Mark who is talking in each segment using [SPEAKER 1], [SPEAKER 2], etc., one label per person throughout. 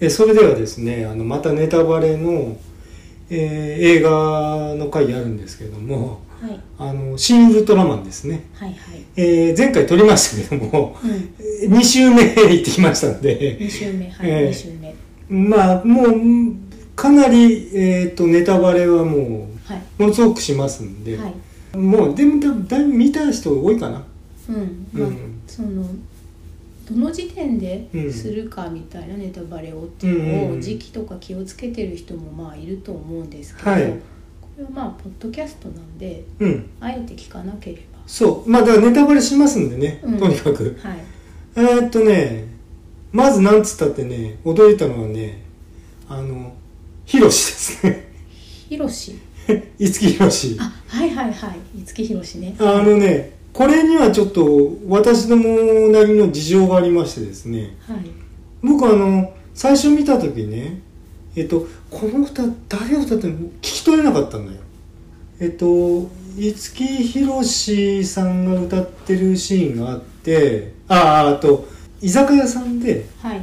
[SPEAKER 1] えーそれではですねあのまたネタバレの、えー映画の回あるんですけども
[SPEAKER 2] はい
[SPEAKER 1] あの新ウルトラマンですね、
[SPEAKER 2] はいはい
[SPEAKER 1] えー前回撮りましたけども
[SPEAKER 2] うん
[SPEAKER 1] 2週目行ってきましたんで
[SPEAKER 2] 2週目はい、
[SPEAKER 1] ええ
[SPEAKER 2] 2週目はい
[SPEAKER 1] まあもううんかなり、えー、とネタバレはもうものすごくしますんで、
[SPEAKER 2] はい
[SPEAKER 1] もうでも多分だいぶ見た人多いかな
[SPEAKER 2] うんまあ、
[SPEAKER 1] うん
[SPEAKER 2] そのどの時点で
[SPEAKER 1] うん
[SPEAKER 2] するかみたいなネタバレをっていう
[SPEAKER 1] うんうん
[SPEAKER 2] の
[SPEAKER 1] う
[SPEAKER 2] を
[SPEAKER 1] ん
[SPEAKER 2] 時期とか気をつけてる人もまあいると思うんですけど、
[SPEAKER 1] はい
[SPEAKER 2] これはまあポッドキャストなんで
[SPEAKER 1] うん
[SPEAKER 2] あえて聞かなけれ
[SPEAKER 1] そうまあだからネタバレしますんでね、
[SPEAKER 2] うん
[SPEAKER 1] とにかく
[SPEAKER 2] ばはい
[SPEAKER 1] えー、っとねまずなんつったってね驚いたのはねあのヒロシですね
[SPEAKER 2] ひろし
[SPEAKER 1] 五木ひろし
[SPEAKER 2] あはいはいはい五木ひろしね
[SPEAKER 1] あのねこれにはちょっと私どもなりの事情がありましてですね
[SPEAKER 2] はい
[SPEAKER 1] 僕あの最初見た時ねえっとこの歌誰を歌ってるの聞き取れなかったんだよえっと五木ひろしさんが歌ってるシーンがあってあああと居酒屋さんで
[SPEAKER 2] はい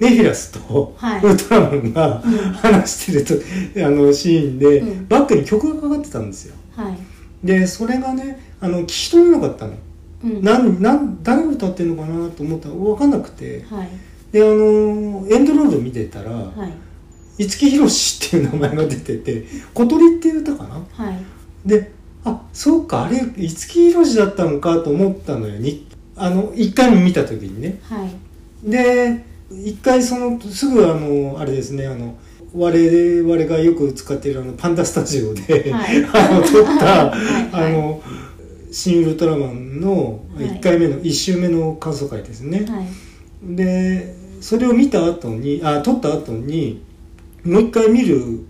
[SPEAKER 1] ネフィラスと
[SPEAKER 2] はい
[SPEAKER 1] ウルトラマンが
[SPEAKER 2] うん
[SPEAKER 1] 話してると、あのシーンで、
[SPEAKER 2] うん
[SPEAKER 1] バックに曲がかかってたんですよ
[SPEAKER 2] はい
[SPEAKER 1] でそれがねあの聞き取れなかったの
[SPEAKER 2] うん
[SPEAKER 1] なんなん誰が歌ってるのかなと思ったら分かんなくて
[SPEAKER 2] はい
[SPEAKER 1] であのエンドロール見てたら、
[SPEAKER 2] はい
[SPEAKER 1] 五木ひろしっていう名前が出てて小鳥っていう歌かな
[SPEAKER 2] はい
[SPEAKER 1] であそうかあれ五木ひろしだったのかと思ったのよにあの1回目見た時にね
[SPEAKER 2] はい
[SPEAKER 1] で一回そのすぐあのあれですねあの我々がよく使っているあのパンダスタジオで、
[SPEAKER 2] は
[SPEAKER 1] あの撮った
[SPEAKER 2] はいは
[SPEAKER 1] あ
[SPEAKER 2] い
[SPEAKER 1] の「新ウルトラマン」の
[SPEAKER 2] はい
[SPEAKER 1] 1回目の、1周目の感想会ですね、
[SPEAKER 2] はい
[SPEAKER 1] でそれを見た後にあ撮った後にもう一回見る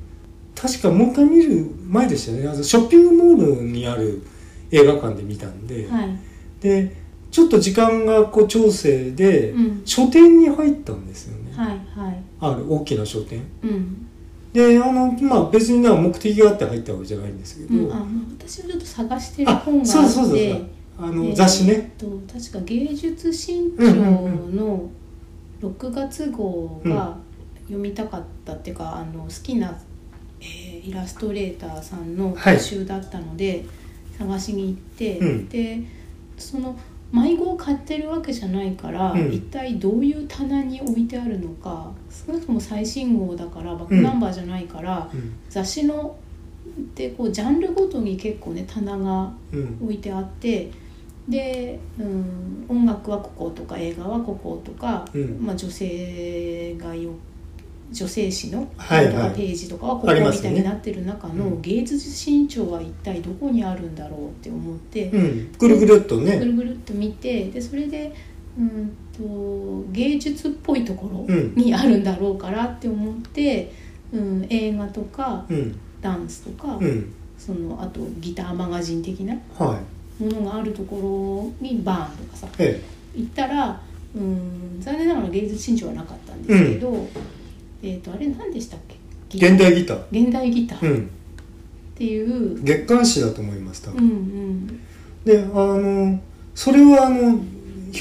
[SPEAKER 1] 確かもう一回見る前でしたよねあのショッピングモールにある映画館で見たんで、
[SPEAKER 2] はい
[SPEAKER 1] でちょっと時間がこう調整で、
[SPEAKER 2] うん
[SPEAKER 1] 書店に入ったんですよね、
[SPEAKER 2] はいはい
[SPEAKER 1] ある大きな書店
[SPEAKER 2] うん
[SPEAKER 1] であのまあ別になんか目的があって入ったわけじゃないんですけど、
[SPEAKER 2] うん、あまあ私はちょっと探してる
[SPEAKER 1] あ
[SPEAKER 2] 本が
[SPEAKER 1] そ
[SPEAKER 2] あ
[SPEAKER 1] う
[SPEAKER 2] っ
[SPEAKER 1] そうそうそう
[SPEAKER 2] て
[SPEAKER 1] あ
[SPEAKER 2] え
[SPEAKER 1] の
[SPEAKER 2] ー
[SPEAKER 1] 雑誌ね、
[SPEAKER 2] と確か芸術新潮の6月号が読みたかったっていうか、あの好きな、えーイラストレーターさんの
[SPEAKER 1] はい
[SPEAKER 2] 特集だったので、探しに行って、
[SPEAKER 1] うん
[SPEAKER 2] でその迷子を買ってるわけじゃないから、
[SPEAKER 1] うん
[SPEAKER 2] 一体どういう棚に置いてあるのか少なくとも最新号だからバックナンバーじゃないから、
[SPEAKER 1] うん
[SPEAKER 2] 雑誌のでこうジャンルごとに結構ね棚が
[SPEAKER 1] うん
[SPEAKER 2] 置いてあってで、うん、音楽はこことか映画はこことか、
[SPEAKER 1] うん
[SPEAKER 2] まあ、女性がよ女性誌の
[SPEAKER 1] はいはい
[SPEAKER 2] なんとかページとかはここ
[SPEAKER 1] ありま
[SPEAKER 2] み
[SPEAKER 1] す
[SPEAKER 2] た
[SPEAKER 1] ね
[SPEAKER 2] いになってる中の、
[SPEAKER 1] うん
[SPEAKER 2] 芸術新潮は一体どこにあるんだろうって思って、
[SPEAKER 1] うん、ぐるぐるっと
[SPEAKER 2] ぐ
[SPEAKER 1] ね
[SPEAKER 2] るぐるっと見てでそれでうんと芸術っぽいところ
[SPEAKER 1] うん
[SPEAKER 2] にあるんだろうからって思って、うん、映画とか
[SPEAKER 1] うん
[SPEAKER 2] ダンスとか、
[SPEAKER 1] うん
[SPEAKER 2] そのあとギターマガジン的な
[SPEAKER 1] はい
[SPEAKER 2] ものがあるところにバーンとかさ
[SPEAKER 1] え
[SPEAKER 2] 行ったらうーん残念ながら芸術新潮はなかったんですけど、えっ、とあれ何でしたっけ
[SPEAKER 1] え
[SPEAKER 2] ギ
[SPEAKER 1] 現代ギター
[SPEAKER 2] 現代ギタ
[SPEAKER 1] う
[SPEAKER 2] ーっ
[SPEAKER 1] ん
[SPEAKER 2] ていう、
[SPEAKER 1] 月刊誌だと思います多
[SPEAKER 2] うん、う
[SPEAKER 1] 分、
[SPEAKER 2] ん
[SPEAKER 1] であのそれはあの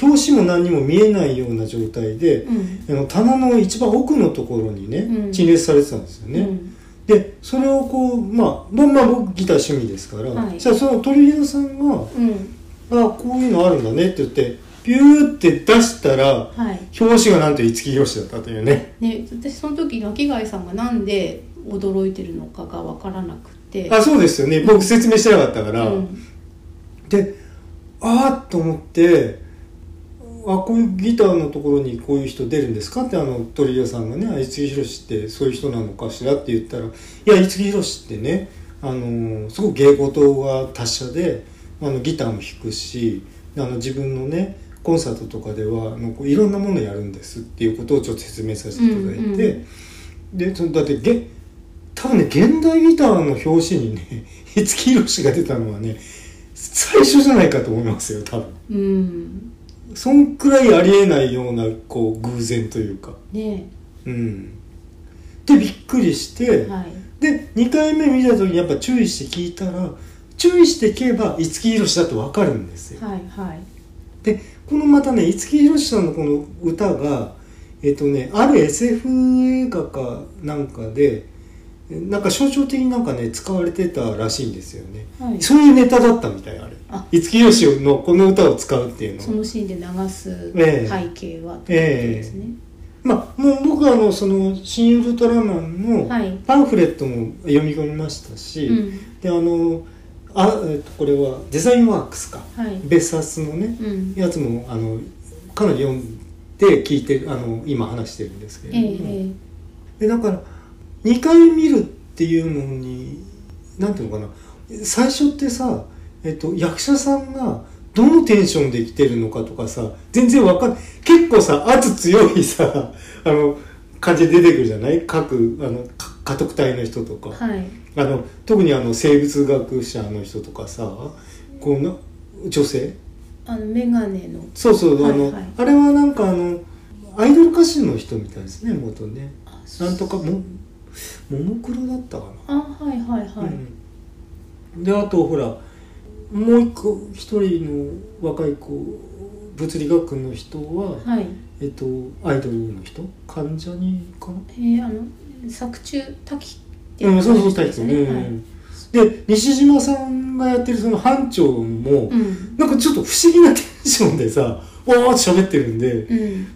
[SPEAKER 1] 表紙も何にも見えないような状態で
[SPEAKER 2] う、ん
[SPEAKER 1] あの棚の一番奥のところにね、
[SPEAKER 2] うん
[SPEAKER 1] 陳列されてたんですよね、
[SPEAKER 2] うん
[SPEAKER 1] でそれをこうまあまあ、まあ、僕ギター趣味ですから、
[SPEAKER 2] はい
[SPEAKER 1] じゃあその鳥屋さんが
[SPEAKER 2] うん
[SPEAKER 1] 「あこういうのあるんだね」って言ってピューって出したら
[SPEAKER 2] はい
[SPEAKER 1] 表紙がなんと五木ひろしだったというね
[SPEAKER 2] ね私その時巻貝さんがなんで驚いてるのかが分からなくて
[SPEAKER 1] あそうですよね僕説明してなかったから、
[SPEAKER 2] うん
[SPEAKER 1] でああと思ってあこういうギターのところにこういう人出るんですかってあの鳥屋さんがね「あ五木ひろしってそういう人なのかしら?」って言ったら「いや五木ひろしってねあのすごく芸事が達者であのギターも弾くしあの自分のねコンサートとかではあのこういろんなものやるんですっていうことをちょっと説明させていただいて、
[SPEAKER 2] うんうん
[SPEAKER 1] でそのだってげ多分ね現代ギターの表紙にね 五木ひろしが出たのはね最初じゃないかと思いますよ多分
[SPEAKER 2] うん
[SPEAKER 1] そんくらいありえないようなこう偶然というか
[SPEAKER 2] ね
[SPEAKER 1] うんでびっくりして、
[SPEAKER 2] はい
[SPEAKER 1] で2回目見た時にやっぱ注意して聞いたら注意して聞けば五木ひろしだと分かるんですよ
[SPEAKER 2] はいはい
[SPEAKER 1] でこのまたね五木ひろしさんのこの歌がえっ、とねある SF 映画かなんかでなんか象徴的になんかね使われてたらしいんですよね、
[SPEAKER 2] はい
[SPEAKER 1] そういうネタだったみたいあれ
[SPEAKER 2] あ
[SPEAKER 1] 五木ひろしのこの歌を使うっていうの
[SPEAKER 2] そのシーンで流す
[SPEAKER 1] ええ
[SPEAKER 2] 背景はということですね、
[SPEAKER 1] まあもう僕はあのその「新ウルトラマン」の
[SPEAKER 2] はい
[SPEAKER 1] パンフレットも読み込みましたし、
[SPEAKER 2] うん
[SPEAKER 1] であのあ、えっとこれはデザインワークスか
[SPEAKER 2] はい
[SPEAKER 1] 別冊のね
[SPEAKER 2] うん
[SPEAKER 1] やつもあのかなり読んで聞いてあの今話してるんですけ
[SPEAKER 2] え
[SPEAKER 1] れ
[SPEAKER 2] え
[SPEAKER 1] ども、
[SPEAKER 2] え
[SPEAKER 1] でだから2回見るっていうのになんていうのかな最初ってさ、えっと、役者さんがどのテンションで来てるのかとかさ全然わかん結構さ圧強いさ あの感じで出てくるじゃない各あのか家督隊の人とか、
[SPEAKER 2] えはい
[SPEAKER 1] あの特にあの生物学者の人とかさこうな女性
[SPEAKER 2] あの眼鏡の
[SPEAKER 1] そうそう、
[SPEAKER 2] はい
[SPEAKER 1] あ
[SPEAKER 2] はい
[SPEAKER 1] のあれはなんかあのアイドル歌手の人みたいですね元ね。
[SPEAKER 2] あ
[SPEAKER 1] なんとかもももクロだったか
[SPEAKER 2] あはいはい
[SPEAKER 1] な、
[SPEAKER 2] はい、
[SPEAKER 1] うんであとほらもう一個一人の若い子物理学の人は、
[SPEAKER 2] はい
[SPEAKER 1] えっとアイドルの人患者にかな
[SPEAKER 2] ええあの作中滝って
[SPEAKER 1] うん、そうそう
[SPEAKER 2] 人
[SPEAKER 1] た
[SPEAKER 2] で
[SPEAKER 1] です
[SPEAKER 2] す
[SPEAKER 1] よ
[SPEAKER 2] ね
[SPEAKER 1] ね、うんで西島さんがやってるその班長も、
[SPEAKER 2] はいうん
[SPEAKER 1] なんかちょっと不思議なテンションでさわーって喋ってるんで
[SPEAKER 2] うん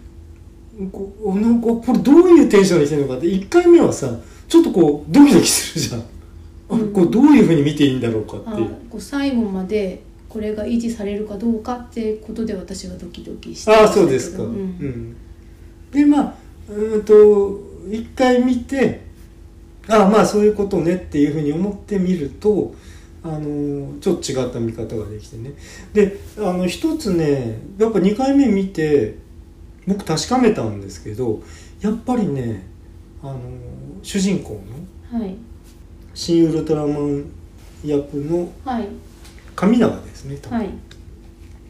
[SPEAKER 1] こうなんかこれどういうテンションで来てるのかって1回目はさちょっとこうドキドキするじゃん、あ
[SPEAKER 2] うん
[SPEAKER 1] これどういうふうに見ていいんだろうかって
[SPEAKER 2] あ
[SPEAKER 1] いう
[SPEAKER 2] こう最後までこれが維持されるかどうかってことで私はドキドキして
[SPEAKER 1] ああ
[SPEAKER 2] ま
[SPEAKER 1] ー
[SPEAKER 2] したけ
[SPEAKER 1] そ
[SPEAKER 2] ど
[SPEAKER 1] うですか、
[SPEAKER 2] う
[SPEAKER 1] うんんでまあうーんと1回見てああまあそういうことねっていうふうに思ってみるとあのーちょっと違った見方ができてねであの一つねやっぱ2回目見て僕確かめたんですけどやっぱりねあのー主人公の
[SPEAKER 2] はい
[SPEAKER 1] 新ウルトラマン役の
[SPEAKER 2] はい
[SPEAKER 1] 神永ですね、多分
[SPEAKER 2] はい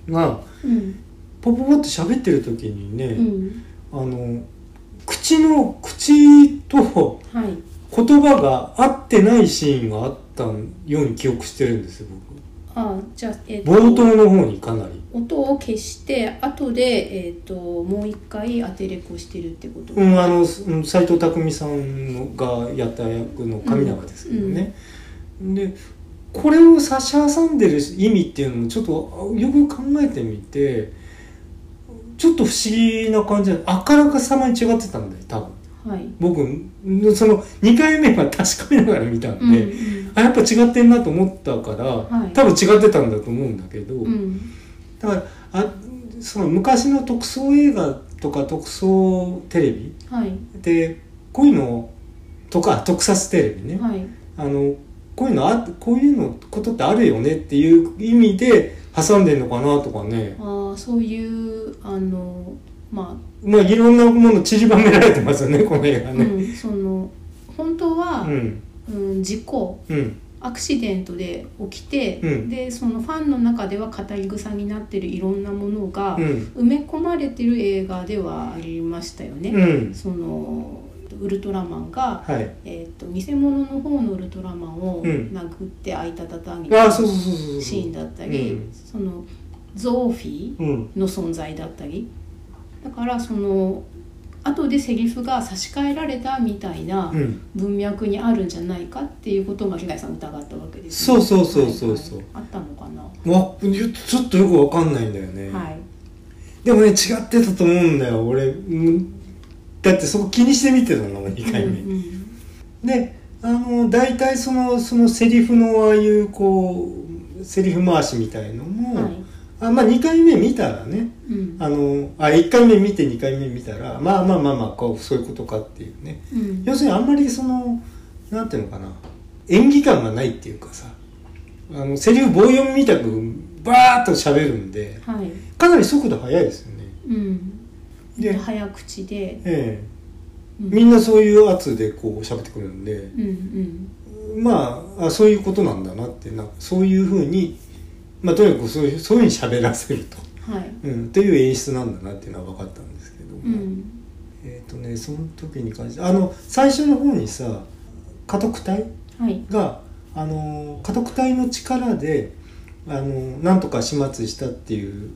[SPEAKER 1] が
[SPEAKER 2] うん
[SPEAKER 1] ポポポって喋ってる時にね、
[SPEAKER 2] うん
[SPEAKER 1] あの口の口と
[SPEAKER 2] はい
[SPEAKER 1] 言葉が合ってないシーンがあったように記憶してるんですよ
[SPEAKER 2] あじゃあ、えっと
[SPEAKER 1] 僕冒頭の方にかなり
[SPEAKER 2] 音を消して後でえっ、ともう一回当てレコしてるってこと、
[SPEAKER 1] うんあのうん斎藤工さんのがやった役の神永ですけどね、でこれを差し挟んでる意味っていうのもちょっとあよく考えてみてちょっと不思議な感じであからかさまに違ってたんだよ多分
[SPEAKER 2] はい、
[SPEAKER 1] 僕うんその2回目は確かめながら見たんで、
[SPEAKER 2] うんうん
[SPEAKER 1] あやっぱ違ってんなと思ったから、
[SPEAKER 2] はい
[SPEAKER 1] 多分違ってたんだと思うんだけど、
[SPEAKER 2] うん
[SPEAKER 1] だからあその昔の特捜映画とか特捜テレビ
[SPEAKER 2] はい
[SPEAKER 1] でこういうのとか特撮テレビね、
[SPEAKER 2] はい
[SPEAKER 1] あのこういうのあこういうのことってあるよねっていう意味で挟んでんのかなとかね
[SPEAKER 2] ああそういうあのま
[SPEAKER 1] まあいろんなもの散りばめられてますよね この映画
[SPEAKER 2] あ、う
[SPEAKER 1] ね。
[SPEAKER 2] ん、その本当は
[SPEAKER 1] う、ん
[SPEAKER 2] うん、事故
[SPEAKER 1] うん
[SPEAKER 2] アクシデントで起きて、
[SPEAKER 1] うん
[SPEAKER 2] でそのファンの中では語り草になってるいろんなものが
[SPEAKER 1] うん
[SPEAKER 2] 埋め込まれてる映画ではありましたよね。
[SPEAKER 1] うん
[SPEAKER 2] そのウルトラマンが、
[SPEAKER 1] はい
[SPEAKER 2] えー、と偽物の方のウルトラマンを
[SPEAKER 1] うん
[SPEAKER 2] 殴って開いたたたみ
[SPEAKER 1] ああそうそうそうそうそう
[SPEAKER 2] シーンだったり、
[SPEAKER 1] うん
[SPEAKER 2] そのゾーフィ
[SPEAKER 1] うん
[SPEAKER 2] ーの存在だったりだからその後でセリフが差し替えられたみたいな。
[SPEAKER 1] うん
[SPEAKER 2] 文脈にあるんじゃないかっていうことを巻貝さん疑ったわけです
[SPEAKER 1] そうそうそうそうそう
[SPEAKER 2] はいはいあったのかな、
[SPEAKER 1] わちょっとよくわかんないんだよね、
[SPEAKER 2] はい
[SPEAKER 1] でもね違ってたと思うんだよ俺うんだってそこ気にして見てたの2回目、
[SPEAKER 2] うんうん
[SPEAKER 1] であの大体そのそのセリフのああいうこうセリフ回しみたいのも、
[SPEAKER 2] はい
[SPEAKER 1] あまあ2回目見たらね
[SPEAKER 2] うん
[SPEAKER 1] あのあ1回目見て2回目見たらまあまあまあまあこうそういうことかっていうね
[SPEAKER 2] うん
[SPEAKER 1] 要するにあんまりそのなんていうのかな演技感がないっていうかさあのセリフ棒読みみたくバーッと喋るんで
[SPEAKER 2] はい
[SPEAKER 1] かなり速度速いですよね
[SPEAKER 2] うん
[SPEAKER 1] で
[SPEAKER 2] で早口で、
[SPEAKER 1] ええ
[SPEAKER 2] うん、
[SPEAKER 1] みんなそういう圧でこう喋ってくるんで
[SPEAKER 2] うんうん
[SPEAKER 1] まああそういうことなんだなってなんかそういうふうにまあとにかくそういうそういうふうに喋らせると、
[SPEAKER 2] はい
[SPEAKER 1] うん、という演出なんだなっていうのは分かったんですけども、
[SPEAKER 2] うん
[SPEAKER 1] えっ、とねその時に感じあの最初の方にさ家督隊
[SPEAKER 2] はい
[SPEAKER 1] があの家督隊の力であのなんとか始末したっていう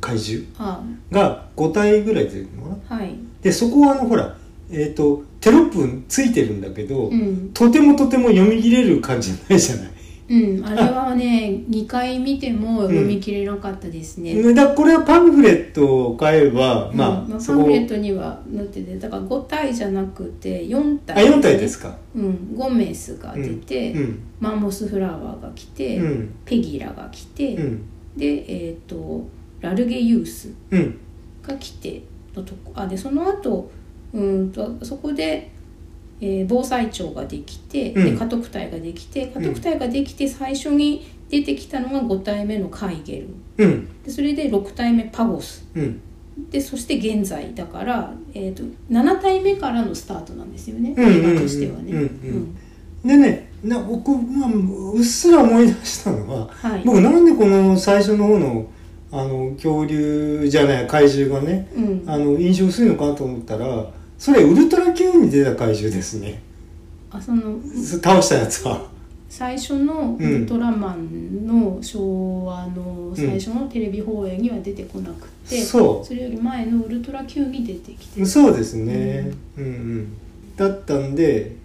[SPEAKER 1] 怪獣
[SPEAKER 2] あ
[SPEAKER 1] が5体ぐらい出てるのかな
[SPEAKER 2] はい
[SPEAKER 1] でそこはあのほら、えー、とテロップついてるんだけど、
[SPEAKER 2] うん、
[SPEAKER 1] とてもとても読み切れる感じじゃないじゃない。
[SPEAKER 2] うん、あれはね2回見ても読み切れなかったですね、
[SPEAKER 1] ねだからこれはパンフレットを買えば、
[SPEAKER 2] うん
[SPEAKER 1] ま
[SPEAKER 2] ま
[SPEAKER 1] あ
[SPEAKER 2] あ、
[SPEAKER 1] そ
[SPEAKER 2] パン
[SPEAKER 1] こ
[SPEAKER 2] フレットにはなっててだから5体じゃなくて4
[SPEAKER 1] あ
[SPEAKER 2] 体、
[SPEAKER 1] 4体ですか。
[SPEAKER 2] うん、ゴメスが出
[SPEAKER 1] う
[SPEAKER 2] て、
[SPEAKER 1] ん
[SPEAKER 2] マンモスフラワーが来て、
[SPEAKER 1] うん
[SPEAKER 2] ペギラが来て、
[SPEAKER 1] うん
[SPEAKER 2] でえっ、とラルゲユース
[SPEAKER 1] うん
[SPEAKER 2] が来てのとこあでその後うんとそこで、えー防災庁ができて、
[SPEAKER 1] うん
[SPEAKER 2] で家督隊ができて家督隊ができて最初に出てきたのが5体目のカイゲル
[SPEAKER 1] うん
[SPEAKER 2] でそれで6体目パゴス
[SPEAKER 1] うん
[SPEAKER 2] でそして現在だから、えー、と7体目からのスタートなんですよね
[SPEAKER 1] うんうんうん
[SPEAKER 2] 映画としてはね。
[SPEAKER 1] うんうんでねな僕、まあ、うっすら思い出したのは
[SPEAKER 2] はい、
[SPEAKER 1] 僕なんでこの最初の方のあの恐竜じゃない怪獣がね
[SPEAKER 2] うん、
[SPEAKER 1] あの印象薄いのかと思ったらそれウルトラ Q に出た怪獣ですね
[SPEAKER 2] あその
[SPEAKER 1] 倒したやつは。
[SPEAKER 2] 最初の「ウルトラマン」の昭和の最初のテレビ放映には出てこなくて、
[SPEAKER 1] そう
[SPEAKER 2] それより前の「ウルトラ Q」に出てきて
[SPEAKER 1] そうですね、うんうん、だったんで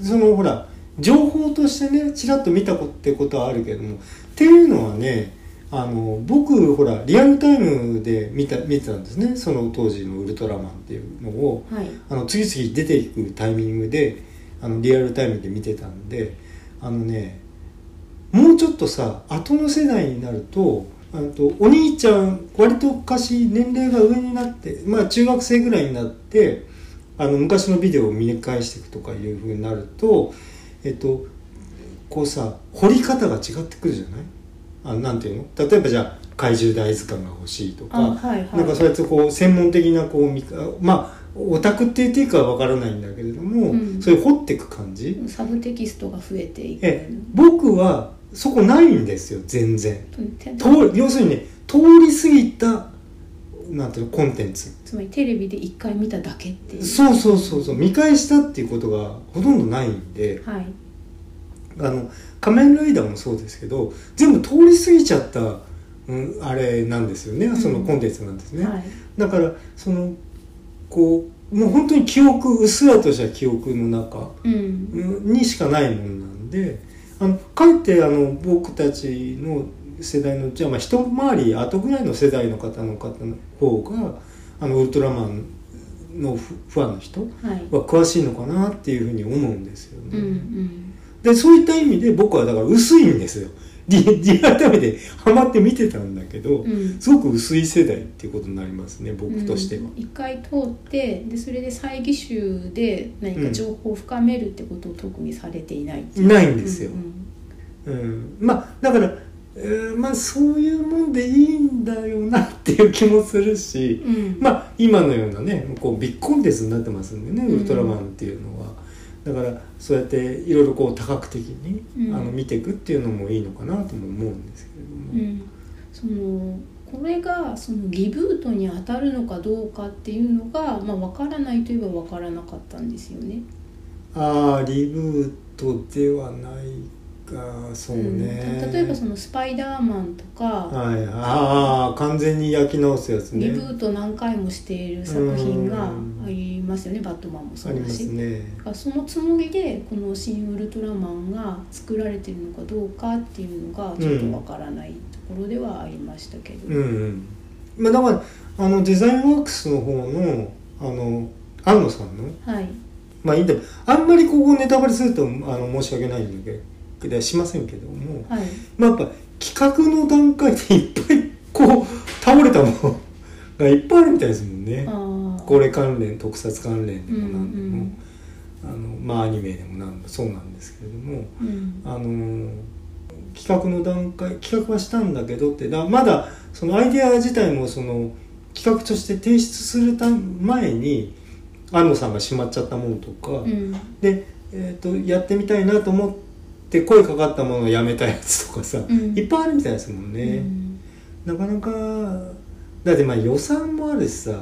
[SPEAKER 1] そのほら情報としてねちらっと見たことってことはあるけどもっていうのはねあの僕ほらリアルタイムで見た見てたんですねその当時の「ウルトラマン」っていうのを
[SPEAKER 2] はい
[SPEAKER 1] あの次々出ていくタイミングであのリアルタイムで見てたんであのねもうちょっとさ後の世代になるとあとお兄ちゃん割と昔年齢が上になってまあ中学生ぐらいになってあの昔のビデオを見返していくとかいうふうになるとえっとこうさ掘り方が違ってくるじゃないあなんていうの例えばじゃあ怪獣大図鑑が欲しいとか
[SPEAKER 2] あはいはい
[SPEAKER 1] なんかそうやってこう専門的なこう見かまあオタクって言っていいかは分からないんだけれども、
[SPEAKER 2] うん
[SPEAKER 1] そういう掘っていく感じ、
[SPEAKER 2] サブテキストが増えていく
[SPEAKER 1] え僕はそこないんですよ全然
[SPEAKER 2] て
[SPEAKER 1] 通要するにね通り過ぎたなんていうのコンテンツ
[SPEAKER 2] つまりテレビで一回見ただけっていう
[SPEAKER 1] そうそうそうそう見返したっていうことがほとんどないんで
[SPEAKER 2] はい
[SPEAKER 1] あの仮面ライダーもそうですけど全部通り過ぎちゃった、うん、あれなんですよねそのコンテンツなんですね、
[SPEAKER 2] はい
[SPEAKER 1] だからそのこうもう本当に記憶うっすらとした記憶の中
[SPEAKER 2] うん
[SPEAKER 1] うんにしかないもんなんであのかえってあの僕たちの世代のじゃあまあ一回り後ぐらいの世代の方の方の方があのウルトラマンのフファンの人
[SPEAKER 2] はい
[SPEAKER 1] は詳しいのかなっていうふうに思うんですよ
[SPEAKER 2] う
[SPEAKER 1] ね。
[SPEAKER 2] んうん
[SPEAKER 1] でそういった意味で僕はだから薄いんですよ。リリアルタイムでハマって見てたんだけど、
[SPEAKER 2] うん
[SPEAKER 1] すごく薄い世代っていうことになりますね僕としては。
[SPEAKER 2] うん一回通ってでそれで再義集で何か情報を深めるってことを特にされていないっていう
[SPEAKER 1] ないんですよ
[SPEAKER 2] うんうん
[SPEAKER 1] うん、まあだから、えーまあそういうもんでいいんだよなっていう気もするし、
[SPEAKER 2] うん
[SPEAKER 1] まあ今のようなねこうビッグコンテンツになってますんでね、
[SPEAKER 2] うん
[SPEAKER 1] ウルトラマンっていうのはだからそうやっていろいろこう多角的に、
[SPEAKER 2] うん
[SPEAKER 1] あの見ていくっていうのもいいのかなとも思うんですけれども、
[SPEAKER 2] うん、そのこれがそのギブートに当たるのかどうかっていうのが、まあ、分からないといえば分からなかったんですよね。
[SPEAKER 1] ああリブートではないかそうね、
[SPEAKER 2] うん例えばその「スパイダーマン」とか、
[SPEAKER 1] はい、ああ完全に焼き直すやつね
[SPEAKER 2] リブート何回もしている作品が
[SPEAKER 1] うん
[SPEAKER 2] ありますよね「バットマン」もそ
[SPEAKER 1] あり
[SPEAKER 2] うだ
[SPEAKER 1] ます
[SPEAKER 2] し。
[SPEAKER 1] ね
[SPEAKER 2] だからそのつもりでこの「新ウルトラマン」が作られてるのかどうかっていうのがちょっとわからないところではありましたけど、
[SPEAKER 1] うんうんまあ、だからあのデザインワークスの方のあの安野さんの
[SPEAKER 2] はい、
[SPEAKER 1] まあインタビューあんまりここネタバレするとあの申し訳ないんだけどしませんけども、
[SPEAKER 2] はい、
[SPEAKER 1] まあ、やっぱ企画の段階でいっぱいこう倒れたもの がいっぱいあるみたいですもんね
[SPEAKER 2] あー
[SPEAKER 1] これ関連特撮関連でも何で
[SPEAKER 2] う
[SPEAKER 1] も
[SPEAKER 2] ん、
[SPEAKER 1] あのまあアニメでも何でもそうなんですけれども。
[SPEAKER 2] うん
[SPEAKER 1] あのー企画の段階企画はしたんだけどってだまだそのアイデア自体もその企画として提出するた前に安野さんがしまっちゃったものとか、
[SPEAKER 2] うん
[SPEAKER 1] で、えー、とやってみたいなと思って声かかったものをやめたやつとかさ、
[SPEAKER 2] うん
[SPEAKER 1] いっぱいあるみたいですもん
[SPEAKER 2] う
[SPEAKER 1] ね、
[SPEAKER 2] ん
[SPEAKER 1] なかなかだってまあ予算もあるしさ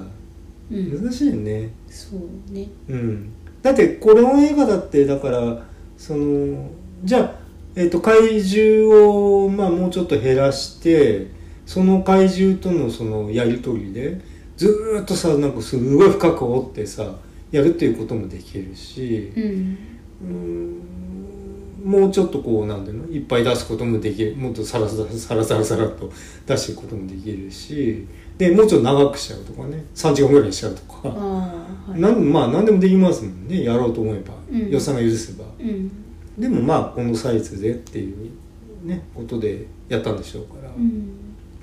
[SPEAKER 2] うん
[SPEAKER 1] 難しいよね、
[SPEAKER 2] そうね
[SPEAKER 1] うん、だってこれの映画だってだからそのじゃあ、えー、と怪獣を、まあ、もうちょっと減らしてその怪獣とのそのやり取りでずーっとさなんかすごい深く掘ってさやるっていうこともできるし、
[SPEAKER 2] うん
[SPEAKER 1] うんもうちょっとこうなんていうのいっぱい出すこともできるもっとサラサラサラサラサラと出していくこともできるしでもうちょっと長くしちゃうとかね3時間ぐらいにしちゃうと
[SPEAKER 2] あ
[SPEAKER 1] か、
[SPEAKER 2] あはい
[SPEAKER 1] なんまあ何でもできますもんねやろうと思えば、
[SPEAKER 2] うん
[SPEAKER 1] 予算が許せば
[SPEAKER 2] うん
[SPEAKER 1] でもまあこのサイズでっていうねことでやったんでしょうから、
[SPEAKER 2] うん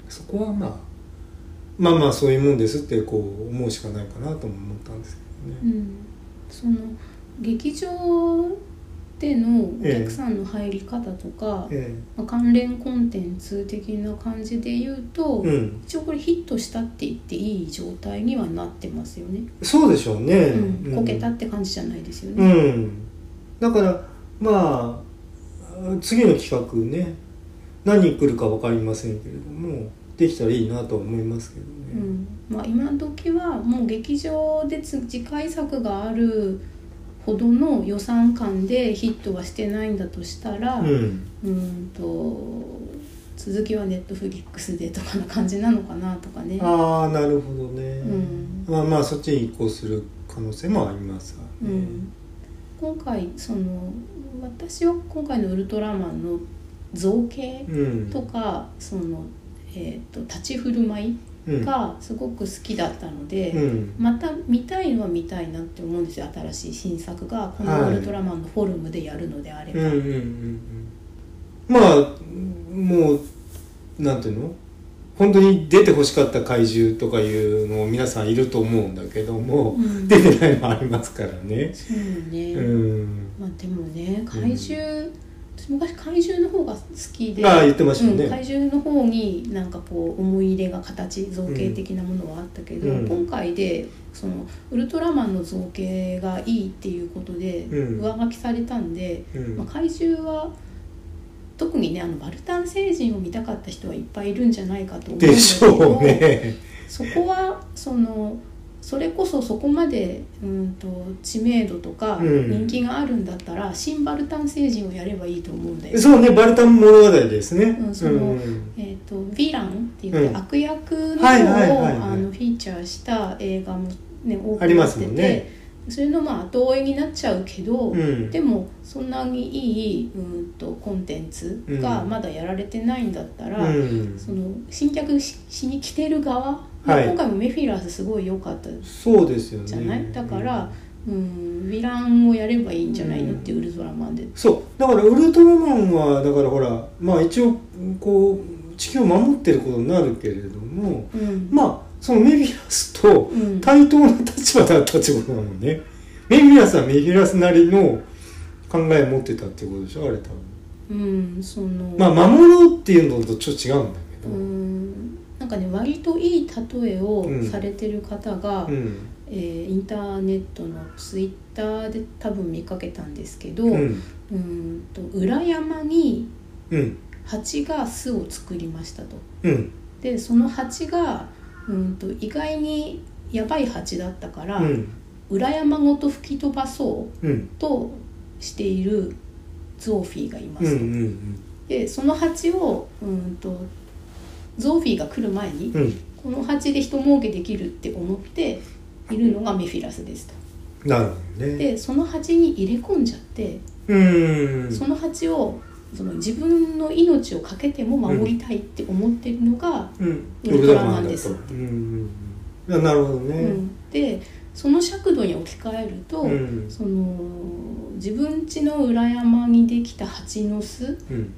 [SPEAKER 1] そこはまあまあまあそういうもんですってこう思うしかないかなとも思ったんですけど
[SPEAKER 2] う
[SPEAKER 1] ね。
[SPEAKER 2] んその劇場でのお客さんの入り方とか、
[SPEAKER 1] え
[SPEAKER 2] まあ、関連コンテンツ的な感じで言うと、
[SPEAKER 1] えうん
[SPEAKER 2] 一応これヒットしたって言っていい状態にはなってますよね、
[SPEAKER 1] そうでしょうね。
[SPEAKER 2] う
[SPEAKER 1] う
[SPEAKER 2] ん、
[SPEAKER 1] ん
[SPEAKER 2] こけたって感じじゃないですよ
[SPEAKER 1] う
[SPEAKER 2] ね、
[SPEAKER 1] ん、だからまあ次の企画ね何来るか分かりませんけれどもできたらいいなとは思いますけど
[SPEAKER 2] う
[SPEAKER 1] ね。
[SPEAKER 2] んまあ、今時はもう劇場でつ次回作があるほどの予算感でヒットはしてないんだとしたら、
[SPEAKER 1] うん、
[SPEAKER 2] うんと続きはネットフリックスでとかな感じなのかなとかね。
[SPEAKER 1] ああなるほどね。
[SPEAKER 2] うん
[SPEAKER 1] まあまあそっちに移行する可能性もありますわ
[SPEAKER 2] う
[SPEAKER 1] ね。
[SPEAKER 2] ん、今回その私は今回の「ウルトラマン」の造形
[SPEAKER 1] うん
[SPEAKER 2] とか、その、えー、と立ち振る舞い
[SPEAKER 1] うん
[SPEAKER 2] がすごく好きだったので。
[SPEAKER 1] うん
[SPEAKER 2] また見たいのは見たいなって思うんですよ新しい新作がこの「
[SPEAKER 1] は
[SPEAKER 2] ウ
[SPEAKER 1] い
[SPEAKER 2] ルトラマン」のフォルムでやるのであれ
[SPEAKER 1] う
[SPEAKER 2] ば、
[SPEAKER 1] んうんうんうんまあもうなんていうの本当に出て欲しかった怪獣とかいうのも皆さんいると思うんだけども、
[SPEAKER 2] うん
[SPEAKER 1] 出てないのありますからね。
[SPEAKER 2] そうね、
[SPEAKER 1] うん、
[SPEAKER 2] まあでもね怪獣、私昔怪獣の方が好きで
[SPEAKER 1] ああ言ってましたよね
[SPEAKER 2] うん、怪獣の方になんかこう思い入れが形造形的なものはあったけど、
[SPEAKER 1] うん
[SPEAKER 2] 今回でそのウルトラマンの造形がいいっていうことで
[SPEAKER 1] うん
[SPEAKER 2] 上書きされたんで、
[SPEAKER 1] うん
[SPEAKER 2] まあ、怪獣は特にねあのバルタン星人を見たかった人はいっぱいいるんじゃないかと思うんだけど
[SPEAKER 1] でしょうね。
[SPEAKER 2] そこはそのそれこそそこまでうんと知名度とか
[SPEAKER 1] うん
[SPEAKER 2] 人気があるんだったら、シンバルタン星人をやればいいと思うんだよ。
[SPEAKER 1] そうねバルタン物語ですね。
[SPEAKER 2] うんそのえー、とヴィランって言って、
[SPEAKER 1] うん
[SPEAKER 2] 悪役の
[SPEAKER 1] はいはい
[SPEAKER 2] 方を
[SPEAKER 1] はいはい
[SPEAKER 2] あのフィーチャーした映画も、ね、多
[SPEAKER 1] あ
[SPEAKER 2] く
[SPEAKER 1] り
[SPEAKER 2] な
[SPEAKER 1] ま
[SPEAKER 2] っ
[SPEAKER 1] す
[SPEAKER 2] て
[SPEAKER 1] も
[SPEAKER 2] て、
[SPEAKER 1] んね
[SPEAKER 2] それのまあ後追いになっちゃうけど、
[SPEAKER 1] うん
[SPEAKER 2] でもそんなにいいうんとコンテンツがまだやられてないんだったら、
[SPEAKER 1] うん
[SPEAKER 2] その新脚ししに来てる側、
[SPEAKER 1] はい
[SPEAKER 2] 今回もメフィラースすごい良かった
[SPEAKER 1] そうですよね。
[SPEAKER 2] じゃないだから、うん、ヴィランをやればいいんじゃないのってウルトラマンで。
[SPEAKER 1] そうだからウルトラマンはだからほらまあ一応こう地球を守ってることになるけれども
[SPEAKER 2] うん
[SPEAKER 1] まあそのメビラスと
[SPEAKER 2] うん
[SPEAKER 1] 対等な立場だったってことだもんね、メビラスはメビラスなりの考えを持ってたってことでしょあれ多分
[SPEAKER 2] うん、その
[SPEAKER 1] まあ守ろうっていうのとちょっと違うんだけ
[SPEAKER 2] う
[SPEAKER 1] ど
[SPEAKER 2] んなんかね割といい例えをされてる方が、
[SPEAKER 1] うん
[SPEAKER 2] えーインターネットのツイッターで多分見かけたんですけど、
[SPEAKER 1] う
[SPEAKER 2] うん、
[SPEAKER 1] ん
[SPEAKER 2] んと裏山に
[SPEAKER 1] うん
[SPEAKER 2] 蜂が巣を作りましたと。
[SPEAKER 1] うん
[SPEAKER 2] でその蜂がうんと意外にやばい蜂だったから、
[SPEAKER 1] うん
[SPEAKER 2] 裏山ごと吹き飛ばそう
[SPEAKER 1] うん
[SPEAKER 2] としているゾーフィーがいま
[SPEAKER 1] うんう
[SPEAKER 2] すと。
[SPEAKER 1] ん
[SPEAKER 2] でその蜂をうんとゾーフィーが来る前に、
[SPEAKER 1] うん
[SPEAKER 2] この蜂で一儲けできるって思っているのがメフィラスですと。
[SPEAKER 1] なるほどね
[SPEAKER 2] でその蜂に入れ込んじゃって
[SPEAKER 1] うん
[SPEAKER 2] その蜂をその自分の命を懸けても守りたいって思ってるのが、
[SPEAKER 1] うん
[SPEAKER 2] ウルトラマンです
[SPEAKER 1] ウルトラマンだとうんうんうんあなるほど
[SPEAKER 2] う
[SPEAKER 1] ね、
[SPEAKER 2] ん、でその尺度に置き換えると、
[SPEAKER 1] うん
[SPEAKER 2] その自分家の裏山にできた蜂の巣
[SPEAKER 1] うん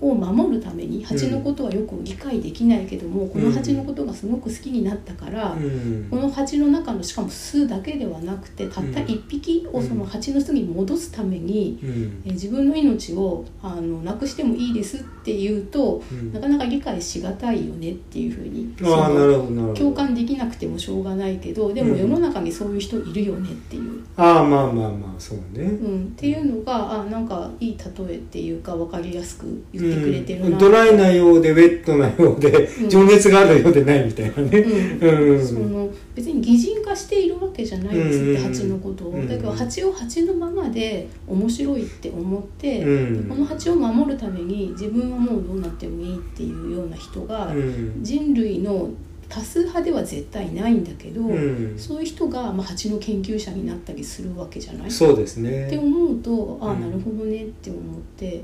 [SPEAKER 2] を守るために蜂のことはよく理解できないけども、この蜂のことがすごく好きになったから、
[SPEAKER 1] うん
[SPEAKER 2] この蜂の中のしかも巣だけではなくてたった
[SPEAKER 1] うん
[SPEAKER 2] 1匹をその蜂の巣に戻すために、
[SPEAKER 1] うん
[SPEAKER 2] えー自分の命をあのなくしてもいいですって言うと
[SPEAKER 1] うん
[SPEAKER 2] なかなか理解しがたいよねっていうふうにそ
[SPEAKER 1] ああな
[SPEAKER 2] の
[SPEAKER 1] るほどなるほど
[SPEAKER 2] 共感できなくてもしょうがないけどでも
[SPEAKER 1] うん
[SPEAKER 2] 世の中にそういう人いるよねっていう、
[SPEAKER 1] ああまあまあまあそうね
[SPEAKER 2] うん、っていうのがあなんかいい例えっていうか分かりやすく言ってくれてる
[SPEAKER 1] う
[SPEAKER 2] な、
[SPEAKER 1] んドライなようでウェットなようで、
[SPEAKER 2] うん
[SPEAKER 1] 情熱があるようでないみたいなね
[SPEAKER 2] うん
[SPEAKER 1] うん、
[SPEAKER 2] その別に擬人化しているわけじゃないですっ
[SPEAKER 1] う
[SPEAKER 2] て、
[SPEAKER 1] んうんうん
[SPEAKER 2] 蜂のことを、
[SPEAKER 1] うんうん
[SPEAKER 2] だけど蜂を蜂のままで面白いって思って、
[SPEAKER 1] うん
[SPEAKER 2] この蜂を守るために自分はもうどうなってもいいっていうような人が、
[SPEAKER 1] うん
[SPEAKER 2] 人類の多数派では絶対ないんだけど、
[SPEAKER 1] うん
[SPEAKER 2] そういう人が、まあ、蜂の研究者になったりするわけじゃない
[SPEAKER 1] そうです
[SPEAKER 2] って
[SPEAKER 1] ね
[SPEAKER 2] 思うとああ
[SPEAKER 1] うん
[SPEAKER 2] なるほどねって思って、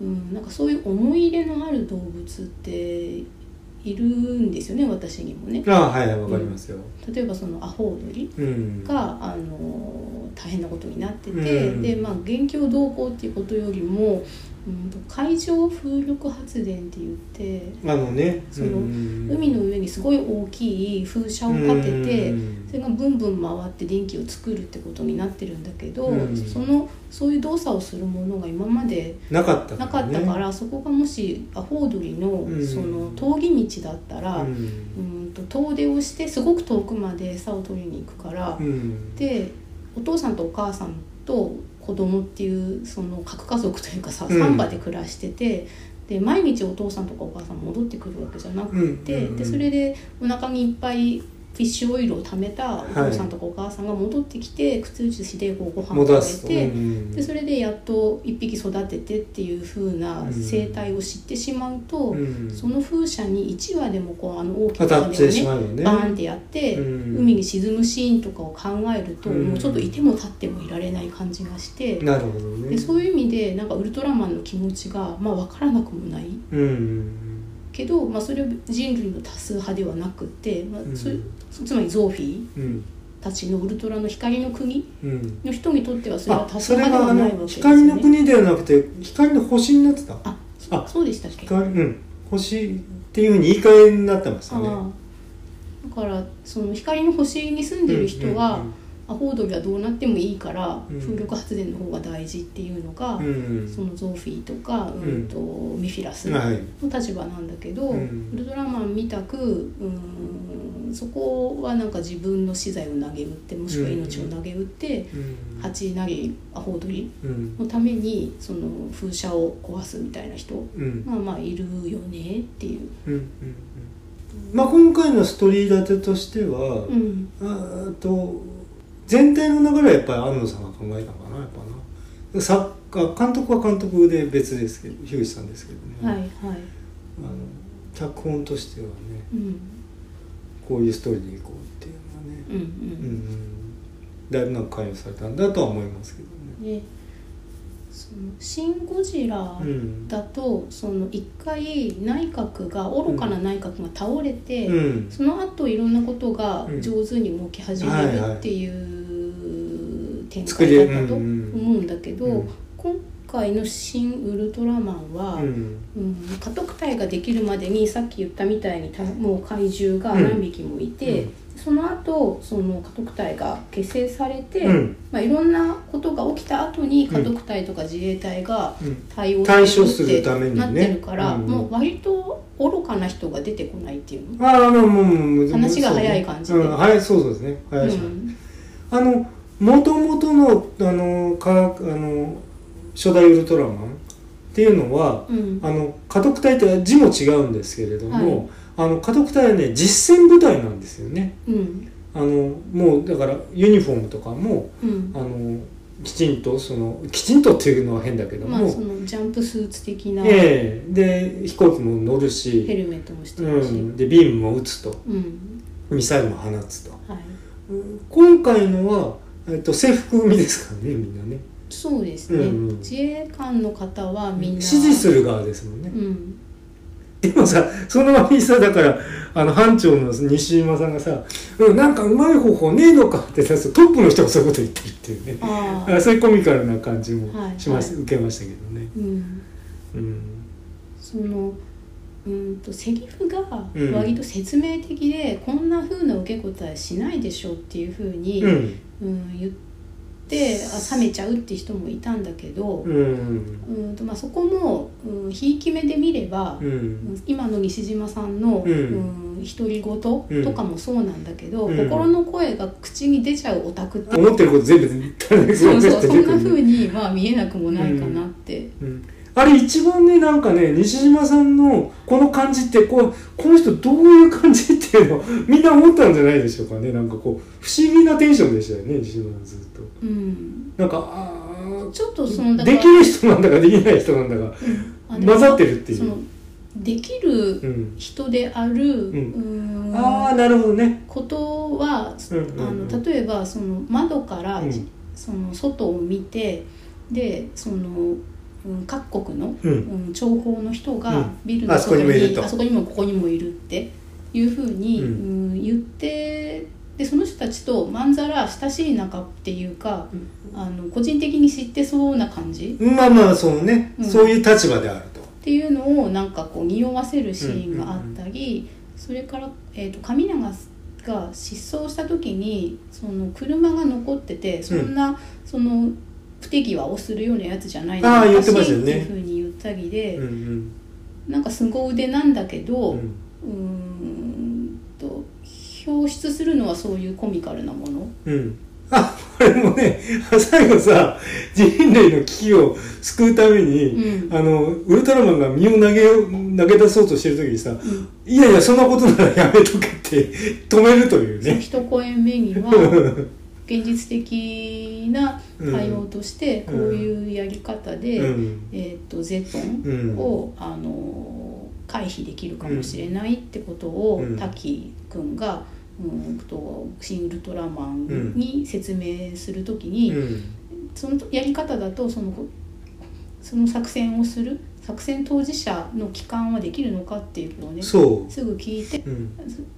[SPEAKER 2] うん、なんかそういう思い入れのある動物っているんですよね私にもね。
[SPEAKER 1] ああはいはいわかりますよ
[SPEAKER 2] 例えばそのアホウドリ
[SPEAKER 1] うん
[SPEAKER 2] が、あの大変なことになってて、
[SPEAKER 1] うん
[SPEAKER 2] でまあ現況動向っていうことよりも、うんと、海上風力発電って言って
[SPEAKER 1] あのね
[SPEAKER 2] その
[SPEAKER 1] うん
[SPEAKER 2] 海の上にすごい大きい風車を立てて。
[SPEAKER 1] うん
[SPEAKER 2] それがブンブン回って電気を作るってことになってるんだけど、
[SPEAKER 1] うん
[SPEAKER 2] そのそういう動作をするものが今まで
[SPEAKER 1] なかった
[SPEAKER 2] なかったから、そこがもしアホウドリの,、
[SPEAKER 1] ん
[SPEAKER 2] その峠道だったら、う、
[SPEAKER 1] うんん
[SPEAKER 2] と遠出をしてすごく遠くまで餌を取りに行くから、
[SPEAKER 1] うん
[SPEAKER 2] でお父さんとお母さんと子供っていうその核家族というかさ、
[SPEAKER 1] うん
[SPEAKER 2] サンバで暮らしてて。で毎日お父さんとかお母さん戻ってくるわけじゃなくて、
[SPEAKER 1] うんうんうん
[SPEAKER 2] でそれでお腹にいっぱいフィッシュオイルを貯めたお父さんとかお母さんが戻ってきて、靴打ちでこうご飯を
[SPEAKER 1] 戻
[SPEAKER 2] 食
[SPEAKER 1] すと
[SPEAKER 2] べて、
[SPEAKER 1] うん
[SPEAKER 2] でそれでやっと一匹育ててっていう風な生態を知ってしまうと、
[SPEAKER 1] うん
[SPEAKER 2] その風車に1羽でもこうあの大きな
[SPEAKER 1] 当たっ
[SPEAKER 2] 羽を
[SPEAKER 1] てし
[SPEAKER 2] ね
[SPEAKER 1] まうよね
[SPEAKER 2] バーンってやって、
[SPEAKER 1] うん
[SPEAKER 2] 海に沈むシーンとかを考えると、
[SPEAKER 1] うん
[SPEAKER 2] もうちょっといても立ってもいられない感じがして、
[SPEAKER 1] なるほどね
[SPEAKER 2] でそういう意味でなんかウルトラマンの気持ちがまあ分からなくもない
[SPEAKER 1] うん
[SPEAKER 2] けど、まあ、それは人類の多数派ではなくて、まあ
[SPEAKER 1] うん
[SPEAKER 2] そつまりゾーフィ
[SPEAKER 1] う
[SPEAKER 2] ー
[SPEAKER 1] ん
[SPEAKER 2] たちのウルトラの光の国
[SPEAKER 1] うん
[SPEAKER 2] の人にとってはそれは
[SPEAKER 1] あ
[SPEAKER 2] 多数
[SPEAKER 1] それ
[SPEAKER 2] 派で
[SPEAKER 1] が
[SPEAKER 2] は
[SPEAKER 1] あ
[SPEAKER 2] ないわけ
[SPEAKER 1] の
[SPEAKER 2] ですよ
[SPEAKER 1] 光の
[SPEAKER 2] ね。
[SPEAKER 1] 国ではなくて光の星になってた
[SPEAKER 2] あ
[SPEAKER 1] あ
[SPEAKER 2] そうでしたっけ
[SPEAKER 1] 光うん星っていうふうに言い換えになってましたね
[SPEAKER 2] ああだからその光の星に住んでる人は、アホウドリはどうなってもいいから、
[SPEAKER 1] うん
[SPEAKER 2] 風力発電の方が大事っていうのが、
[SPEAKER 1] うんうん
[SPEAKER 2] そのゾーフィーとか、うんとミフィラス
[SPEAKER 1] うん
[SPEAKER 2] の
[SPEAKER 1] はい
[SPEAKER 2] 立場なんだけど、
[SPEAKER 1] うん
[SPEAKER 2] ウルトラマンみたくうんそこはなんか自分の資材を投げ打ってもしくは命を投げ打って、
[SPEAKER 1] うん
[SPEAKER 2] 蜂なりアホウドリ
[SPEAKER 1] うん
[SPEAKER 2] のためにその風車を壊すみたいな人
[SPEAKER 1] うん
[SPEAKER 2] まあまあいるよねっていう。
[SPEAKER 1] うんうんまあ今回のストーリー立てとしては
[SPEAKER 2] う、ん
[SPEAKER 1] あーっと全体の流れはやっぱり安野さんが考えたのかなやっぱな作家監督は監督で別ですけど樋口さんですけどね、
[SPEAKER 2] はいはい、
[SPEAKER 1] あの脚本としてはね
[SPEAKER 2] うん、
[SPEAKER 1] こういうストーリーでいこうっていうのはね
[SPEAKER 2] う
[SPEAKER 1] う
[SPEAKER 2] んう
[SPEAKER 1] ん
[SPEAKER 2] ん
[SPEAKER 1] だいぶなんか関与されたんだとは思いますけどね
[SPEAKER 2] でその「シン・ゴジラ
[SPEAKER 1] う」ん
[SPEAKER 2] だと、その一回内閣が愚かな内閣が倒れて、
[SPEAKER 1] うん
[SPEAKER 2] その後いろんなことが
[SPEAKER 1] うん
[SPEAKER 2] 上手に動き始め
[SPEAKER 1] はい
[SPEAKER 2] る
[SPEAKER 1] はい
[SPEAKER 2] っていう展
[SPEAKER 1] 作
[SPEAKER 2] 開
[SPEAKER 1] り
[SPEAKER 2] だったと
[SPEAKER 1] うんうん
[SPEAKER 2] 思うんだけど、
[SPEAKER 1] うん
[SPEAKER 2] 今回の「シン・ウルトラマンは」
[SPEAKER 1] うん
[SPEAKER 2] うん、家督隊ができるまでにさっき言ったみたいにたもう怪獣が何匹もいて、
[SPEAKER 1] うん
[SPEAKER 2] その後その家督隊が結成されて、
[SPEAKER 1] うん
[SPEAKER 2] まあ、いろんなことが起きた後に家督隊とか自衛隊が
[SPEAKER 1] うん
[SPEAKER 2] 対応
[SPEAKER 1] 対処
[SPEAKER 2] す
[SPEAKER 1] す
[SPEAKER 2] るっ
[SPEAKER 1] る
[SPEAKER 2] て
[SPEAKER 1] ためにね
[SPEAKER 2] なってるから、
[SPEAKER 1] うん
[SPEAKER 2] もう割と愚かな人が出てこないっていうの。
[SPEAKER 1] ああもうもうもう
[SPEAKER 2] 話が早い感じで
[SPEAKER 1] うん、はいそうそうですね早
[SPEAKER 2] う
[SPEAKER 1] いし、
[SPEAKER 2] ん
[SPEAKER 1] あの元々のあの科学あの初代ウルトラマンっていうのは
[SPEAKER 2] うん
[SPEAKER 1] あの家督隊って字も違うんですけれど
[SPEAKER 2] は
[SPEAKER 1] も、あの家督隊はね実戦部隊なんですよね
[SPEAKER 2] うん
[SPEAKER 1] あのもうだからユニフォームとかも
[SPEAKER 2] うん
[SPEAKER 1] あのきちんとそのきちんとっていうのは変だけど
[SPEAKER 2] まあ
[SPEAKER 1] も、
[SPEAKER 2] そのジャンプスーツ的なヘ
[SPEAKER 1] ええで飛行機も乗るし、
[SPEAKER 2] ルメットもして
[SPEAKER 1] う
[SPEAKER 2] るし、
[SPEAKER 1] ん、でビームも撃つと
[SPEAKER 2] うん
[SPEAKER 1] ミサイルも放つと
[SPEAKER 2] はい、
[SPEAKER 1] 今回のは、えっと、制服組ですからねみんなね
[SPEAKER 2] そうですね、
[SPEAKER 1] うんうん
[SPEAKER 2] 自衛官の方はみんな
[SPEAKER 1] 支持する側ですもんね、
[SPEAKER 2] うん
[SPEAKER 1] でもさその割にさだからあの班長の西島さんがさ、うん、なんかうまい方法ねえのかってさトップの人がそういうこと言ってるっていうね
[SPEAKER 2] ああ
[SPEAKER 1] あそういうコミカルな感じも
[SPEAKER 2] はい
[SPEAKER 1] しまし、
[SPEAKER 2] は
[SPEAKER 1] 受けましたけどね
[SPEAKER 2] うん
[SPEAKER 1] うん
[SPEAKER 2] そのうんとセリフが
[SPEAKER 1] うん
[SPEAKER 2] 割と説明的で、こんな風な受け答えしないでしょっていう風に、
[SPEAKER 1] う
[SPEAKER 2] うん
[SPEAKER 1] ん
[SPEAKER 2] 言ってあ冷めちゃうって人もいたんだけど、
[SPEAKER 1] うん
[SPEAKER 2] うん、とまあそこもうんひいき目で見れば
[SPEAKER 1] う、ん
[SPEAKER 2] 今の西島さんの、
[SPEAKER 1] うん
[SPEAKER 2] うん独り言とかもそうなんだけど、
[SPEAKER 1] うん
[SPEAKER 2] 心の声が口に出ちゃうオタクって、
[SPEAKER 1] 思ってること全部垂れ
[SPEAKER 2] そう
[SPEAKER 1] 込め
[SPEAKER 2] そう
[SPEAKER 1] て
[SPEAKER 2] そん
[SPEAKER 1] 出て
[SPEAKER 2] な
[SPEAKER 1] くる
[SPEAKER 2] 風にまあ見えなくもないかなって、
[SPEAKER 1] うんあれ一番ねなんかね西島さんのこの感じってこうこの人どういう感じっていうのを みんな思ったんじゃないでしょうかねなんかこう不思議なテンションでしたよね西島さんずっと
[SPEAKER 2] うん、
[SPEAKER 1] なんかあ
[SPEAKER 2] ちょっとその
[SPEAKER 1] ーできる人なんだかできない人なんだか
[SPEAKER 2] あでも
[SPEAKER 1] 混ざってるっていう
[SPEAKER 2] そのできる
[SPEAKER 1] うん
[SPEAKER 2] 人である、
[SPEAKER 1] う
[SPEAKER 2] うーん
[SPEAKER 1] ああなるほどね
[SPEAKER 2] ことは、
[SPEAKER 1] うんうんうん
[SPEAKER 2] あの例えばその窓から、
[SPEAKER 1] うん
[SPEAKER 2] その外を見てでその、うん、各国の、
[SPEAKER 1] う
[SPEAKER 2] うんん、情報の人
[SPEAKER 1] うん
[SPEAKER 2] がビルの
[SPEAKER 1] あそこ
[SPEAKER 2] 外
[SPEAKER 1] に
[SPEAKER 2] に,、
[SPEAKER 1] もいると
[SPEAKER 2] あそこにもここにもいるっていうふうに、
[SPEAKER 1] う
[SPEAKER 2] うんん言ってでその人たちとまんざら親しい仲っていうか、あの個人的に知ってそうな感じ
[SPEAKER 1] まあまあそうね、
[SPEAKER 2] うん
[SPEAKER 1] そういう立場であると
[SPEAKER 2] っていうのをなんかこう匂わせるシーンがあったり、それから、えー、と神永が失踪した時にその車が残っててそんな、その不手際をするようなやつじゃない
[SPEAKER 1] あー言
[SPEAKER 2] おか
[SPEAKER 1] って
[SPEAKER 2] し
[SPEAKER 1] ましたよ
[SPEAKER 2] いっ
[SPEAKER 1] ね
[SPEAKER 2] ていうふうに言ったりで、
[SPEAKER 1] うんうん
[SPEAKER 2] なんかすご腕なんだけど、
[SPEAKER 1] う
[SPEAKER 2] うんーんと表出するのはそういうコミカルなもの。
[SPEAKER 1] うんあこれもね 最後さ人類の危機を救うために、
[SPEAKER 2] うん
[SPEAKER 1] あのウルトラマンが身を投げよ投げ出そうとしてる時にさ
[SPEAKER 2] うん
[SPEAKER 1] 「いやいやそんなことならやめとけ」って 止めるという
[SPEAKER 2] その
[SPEAKER 1] ね。
[SPEAKER 2] 一公演目には 現実的な対応としてこういうやり方で、
[SPEAKER 1] うん
[SPEAKER 2] えー、とゼト
[SPEAKER 1] う
[SPEAKER 2] ン
[SPEAKER 1] ん
[SPEAKER 2] を、あの回避できるかもしれないってことを、
[SPEAKER 1] うん
[SPEAKER 2] 滝君が、うん、と新ウルトラマンに説明するとき
[SPEAKER 1] う
[SPEAKER 2] に、
[SPEAKER 1] ん
[SPEAKER 2] そのやり方だとそのその作戦をする作戦当事者の帰還はできるのかっていうのをねす
[SPEAKER 1] そ
[SPEAKER 2] ぐ聞いて
[SPEAKER 1] う、うん、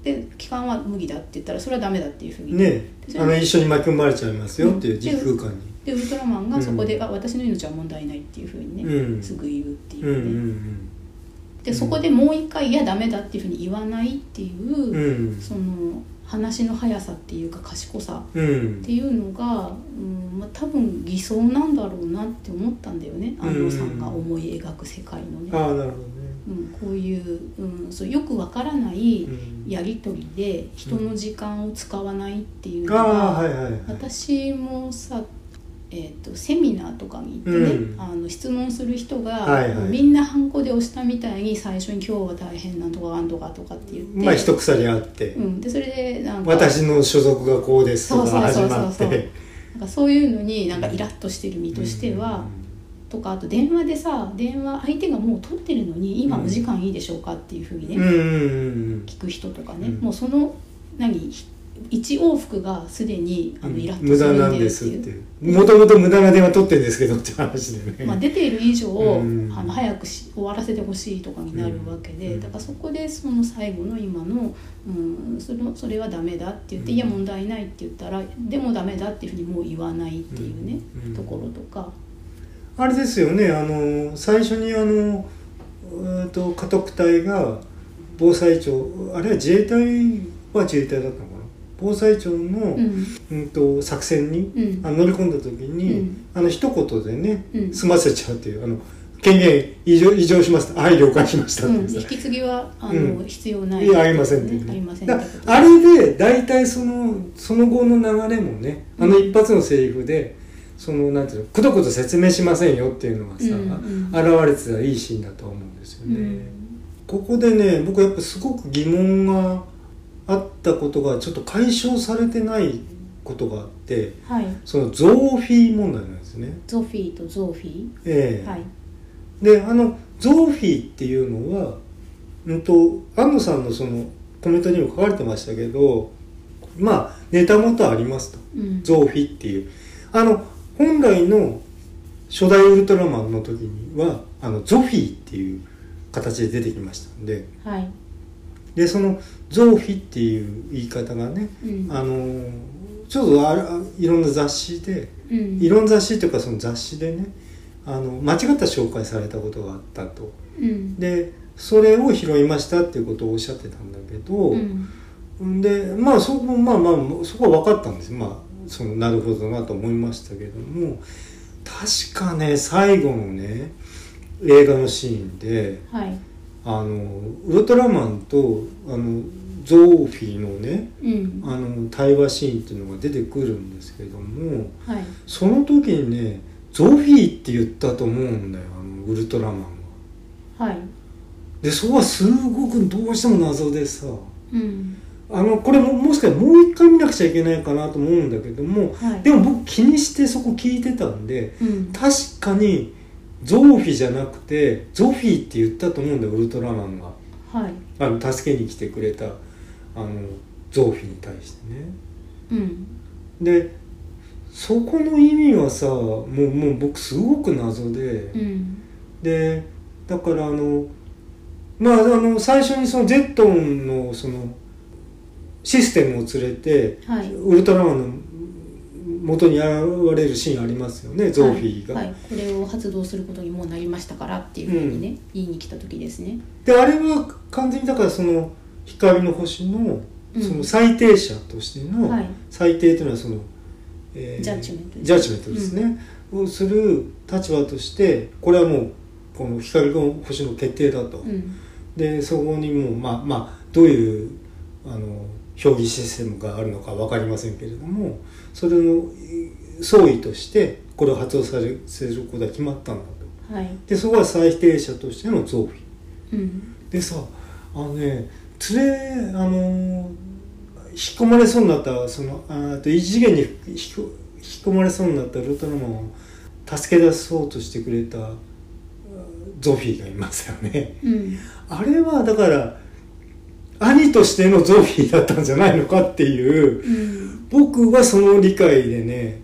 [SPEAKER 2] で帰還は無理だって言ったらそれはダメだっていうふうに、
[SPEAKER 1] ね
[SPEAKER 2] それ
[SPEAKER 1] あの一緒に巻き込まれちゃいますよっていう時空間に。
[SPEAKER 2] でウルトラマンがそこで、
[SPEAKER 1] うん
[SPEAKER 2] あ私の命は問題ないっていうふうにね、
[SPEAKER 1] うん
[SPEAKER 2] すぐ言うっていううんね。
[SPEAKER 1] うん
[SPEAKER 2] でそこでもう一回「いやダメだ」っていうふうに言わないっていう、
[SPEAKER 1] うん
[SPEAKER 2] その話の速さっていうか賢さ
[SPEAKER 1] うんうん
[SPEAKER 2] っていうのが、うんまあ、多分偽装なんだろうなって思ったんだよね
[SPEAKER 1] うん
[SPEAKER 2] 安藤さんが思い描く世界のね。
[SPEAKER 1] ああなるほどね。
[SPEAKER 2] うん、こういう,、うん、そうよくわからない
[SPEAKER 1] うん
[SPEAKER 2] やり取りで人の時間を使わないっていうの
[SPEAKER 1] ああは
[SPEAKER 2] が、
[SPEAKER 1] いはいはい。
[SPEAKER 2] 私もさ、えー、とセミナーとかに行ってね、
[SPEAKER 1] うん
[SPEAKER 2] あの質問する人が、
[SPEAKER 1] はいはい
[SPEAKER 2] みんなハンコで押したみたいに最初に「今日は大変なんとかなんとか」とかって言って、
[SPEAKER 1] まあ一鎖あって、
[SPEAKER 2] うん、でそれでなんか
[SPEAKER 1] 私の所属がこうですとか始
[SPEAKER 2] そうそうそうそう
[SPEAKER 1] まって。
[SPEAKER 2] なんかそういうのになんかイラッとしてる身としては、とかあと電話でさ電話相手がもう取ってるのに「今お時間いいでしょうか」っていうふうにね、
[SPEAKER 1] うんうんうん
[SPEAKER 2] 聞く人とかね、
[SPEAKER 1] うん
[SPEAKER 2] もうその何一往復がすでにあ
[SPEAKER 1] う
[SPEAKER 2] の
[SPEAKER 1] ん
[SPEAKER 2] イラッと
[SPEAKER 1] 無
[SPEAKER 2] す
[SPEAKER 1] 駄
[SPEAKER 2] るんだ
[SPEAKER 1] な
[SPEAKER 2] よ
[SPEAKER 1] ん
[SPEAKER 2] って
[SPEAKER 1] ですっ
[SPEAKER 2] いう
[SPEAKER 1] て。もともと無駄な電話取ってるんですけどって話で
[SPEAKER 2] まあ、
[SPEAKER 1] ね。
[SPEAKER 2] 出ている以上、
[SPEAKER 1] うん
[SPEAKER 2] あの早くし終わらせてほしいとかになるわけで、
[SPEAKER 1] うん
[SPEAKER 2] だからそこでその最後の今の、うん、そのそれはダメだって言って、
[SPEAKER 1] うん
[SPEAKER 2] いや問題ないって言ったらでもダメだっていうふうにもう言わないっていうね、
[SPEAKER 1] うん
[SPEAKER 2] ところとか、
[SPEAKER 1] あれですよね。あの最初にあのうーんと家督隊が防災庁あれは自衛隊は自衛隊だったのかな。防災庁の、
[SPEAKER 2] うん
[SPEAKER 1] うんと作戦に、
[SPEAKER 2] うん
[SPEAKER 1] あの乗り込んだ時に、
[SPEAKER 2] うん
[SPEAKER 1] あの一言でね、
[SPEAKER 2] うん
[SPEAKER 1] 済ませちゃうっていうあの権限異常異常しましたはい了解しましたっ
[SPEAKER 2] う
[SPEAKER 1] て
[SPEAKER 2] ん
[SPEAKER 1] いうさ
[SPEAKER 2] 引き継ぎはあの、
[SPEAKER 1] うん
[SPEAKER 2] 必要ない
[SPEAKER 1] いやありませんっていう
[SPEAKER 2] ね
[SPEAKER 1] ね
[SPEAKER 2] ありません
[SPEAKER 1] だ
[SPEAKER 2] ってこと
[SPEAKER 1] あれで大体そのその後の流れもねあの
[SPEAKER 2] うん
[SPEAKER 1] 一発のセリフで、そのなんていうのくどくど説明しませんよっていうのがさ、
[SPEAKER 2] うん
[SPEAKER 1] 現れてたらいいシーンだと思うんですよね、
[SPEAKER 2] うん
[SPEAKER 1] ここでね僕やっぱすごく疑問があったことがちょっと解消されてないことがあって、
[SPEAKER 2] はい
[SPEAKER 1] そのゾーフィー問題なんですね。
[SPEAKER 2] ゾフィーとゾフィ
[SPEAKER 1] え
[SPEAKER 2] ー
[SPEAKER 1] え
[SPEAKER 2] はい
[SPEAKER 1] であのゾーフィーっていうのは、うんと安野さんのそのコメントにも書かれてましたけど、まあネタ元ありますと
[SPEAKER 2] うん
[SPEAKER 1] ゾーフィーっていうあの本来の初代ウルトラマンの時にはあのゾフィーっていう形で出てきましたんで、
[SPEAKER 2] はい
[SPEAKER 1] でそのゾーフィーっていう言い方がね、
[SPEAKER 2] うん
[SPEAKER 1] あのちょっとあらいろんな雑誌で。
[SPEAKER 2] うん
[SPEAKER 1] いろんな雑誌というかその雑誌でねあの間違った紹介されたことがあったと
[SPEAKER 2] うん
[SPEAKER 1] でそれを拾いましたっていうことをおっしゃってたんだけど
[SPEAKER 2] う、ん
[SPEAKER 1] でまあそこまあまあそこは分かったんですまあそのなるほどなと思いましたけども確かね最後のね映画のシーンで
[SPEAKER 2] はい
[SPEAKER 1] あのウルトラマンとあのゾーフィーのね
[SPEAKER 2] うん
[SPEAKER 1] あの対話シーンっていうのが出てくるんですけども。
[SPEAKER 2] はい
[SPEAKER 1] その時にねゾフィーって言ったと思うんだよあのウルトラマンは
[SPEAKER 2] はい
[SPEAKER 1] でそこはすごくどうしても謎でさ
[SPEAKER 2] うん
[SPEAKER 1] あのこれももしかしてもう一回見なくちゃいけないかなと思うんだけども
[SPEAKER 2] はい
[SPEAKER 1] でも僕気にしてそこ聞いてたんで
[SPEAKER 2] うん
[SPEAKER 1] 確かにゾーフィじゃなくてゾフィって言ったと思うんだよウルトラマンが
[SPEAKER 2] はい
[SPEAKER 1] あの助けに来てくれたあのゾーフィに対してね
[SPEAKER 2] うん
[SPEAKER 1] でそこの意味はさもうもう僕すごく謎で、
[SPEAKER 2] うん
[SPEAKER 1] でだからあのまああの最初にそのゼットンのそのシステムを連れて
[SPEAKER 2] はい
[SPEAKER 1] ウルトラマンの元に現れるシーンありますよねゾーフィーが。
[SPEAKER 2] はいはい、これを発動することにもうなりましたからっていうふうにね、言いに来た時ですね
[SPEAKER 1] であれは完全にだからその光の星の
[SPEAKER 2] うん
[SPEAKER 1] その最低者としての、
[SPEAKER 2] はい
[SPEAKER 1] 最低というのはその、え
[SPEAKER 2] ジャッジメントですね
[SPEAKER 1] ジャッジメントですね、をする立場としてこれはもうこの光の星の決定だと。
[SPEAKER 2] うん
[SPEAKER 1] でそこにもうまあまあどういうあの評議システムがあるのか分かりませんけれどもそれのえー総意としてこれを発動させることが決まったんだと
[SPEAKER 2] はい
[SPEAKER 1] でそこは最低者としての増費
[SPEAKER 2] うん
[SPEAKER 1] でさあのね連れあの引き込まれそうになったそのあーあと異次元に引き引き込まれそうになったウルトラマンを助け出そうとしてくれたあーゾフィーがいますよね。
[SPEAKER 2] うん
[SPEAKER 1] あれはだから兄としてのゾフィーだったんじゃないのかっていう
[SPEAKER 2] うん
[SPEAKER 1] 僕はその理解でね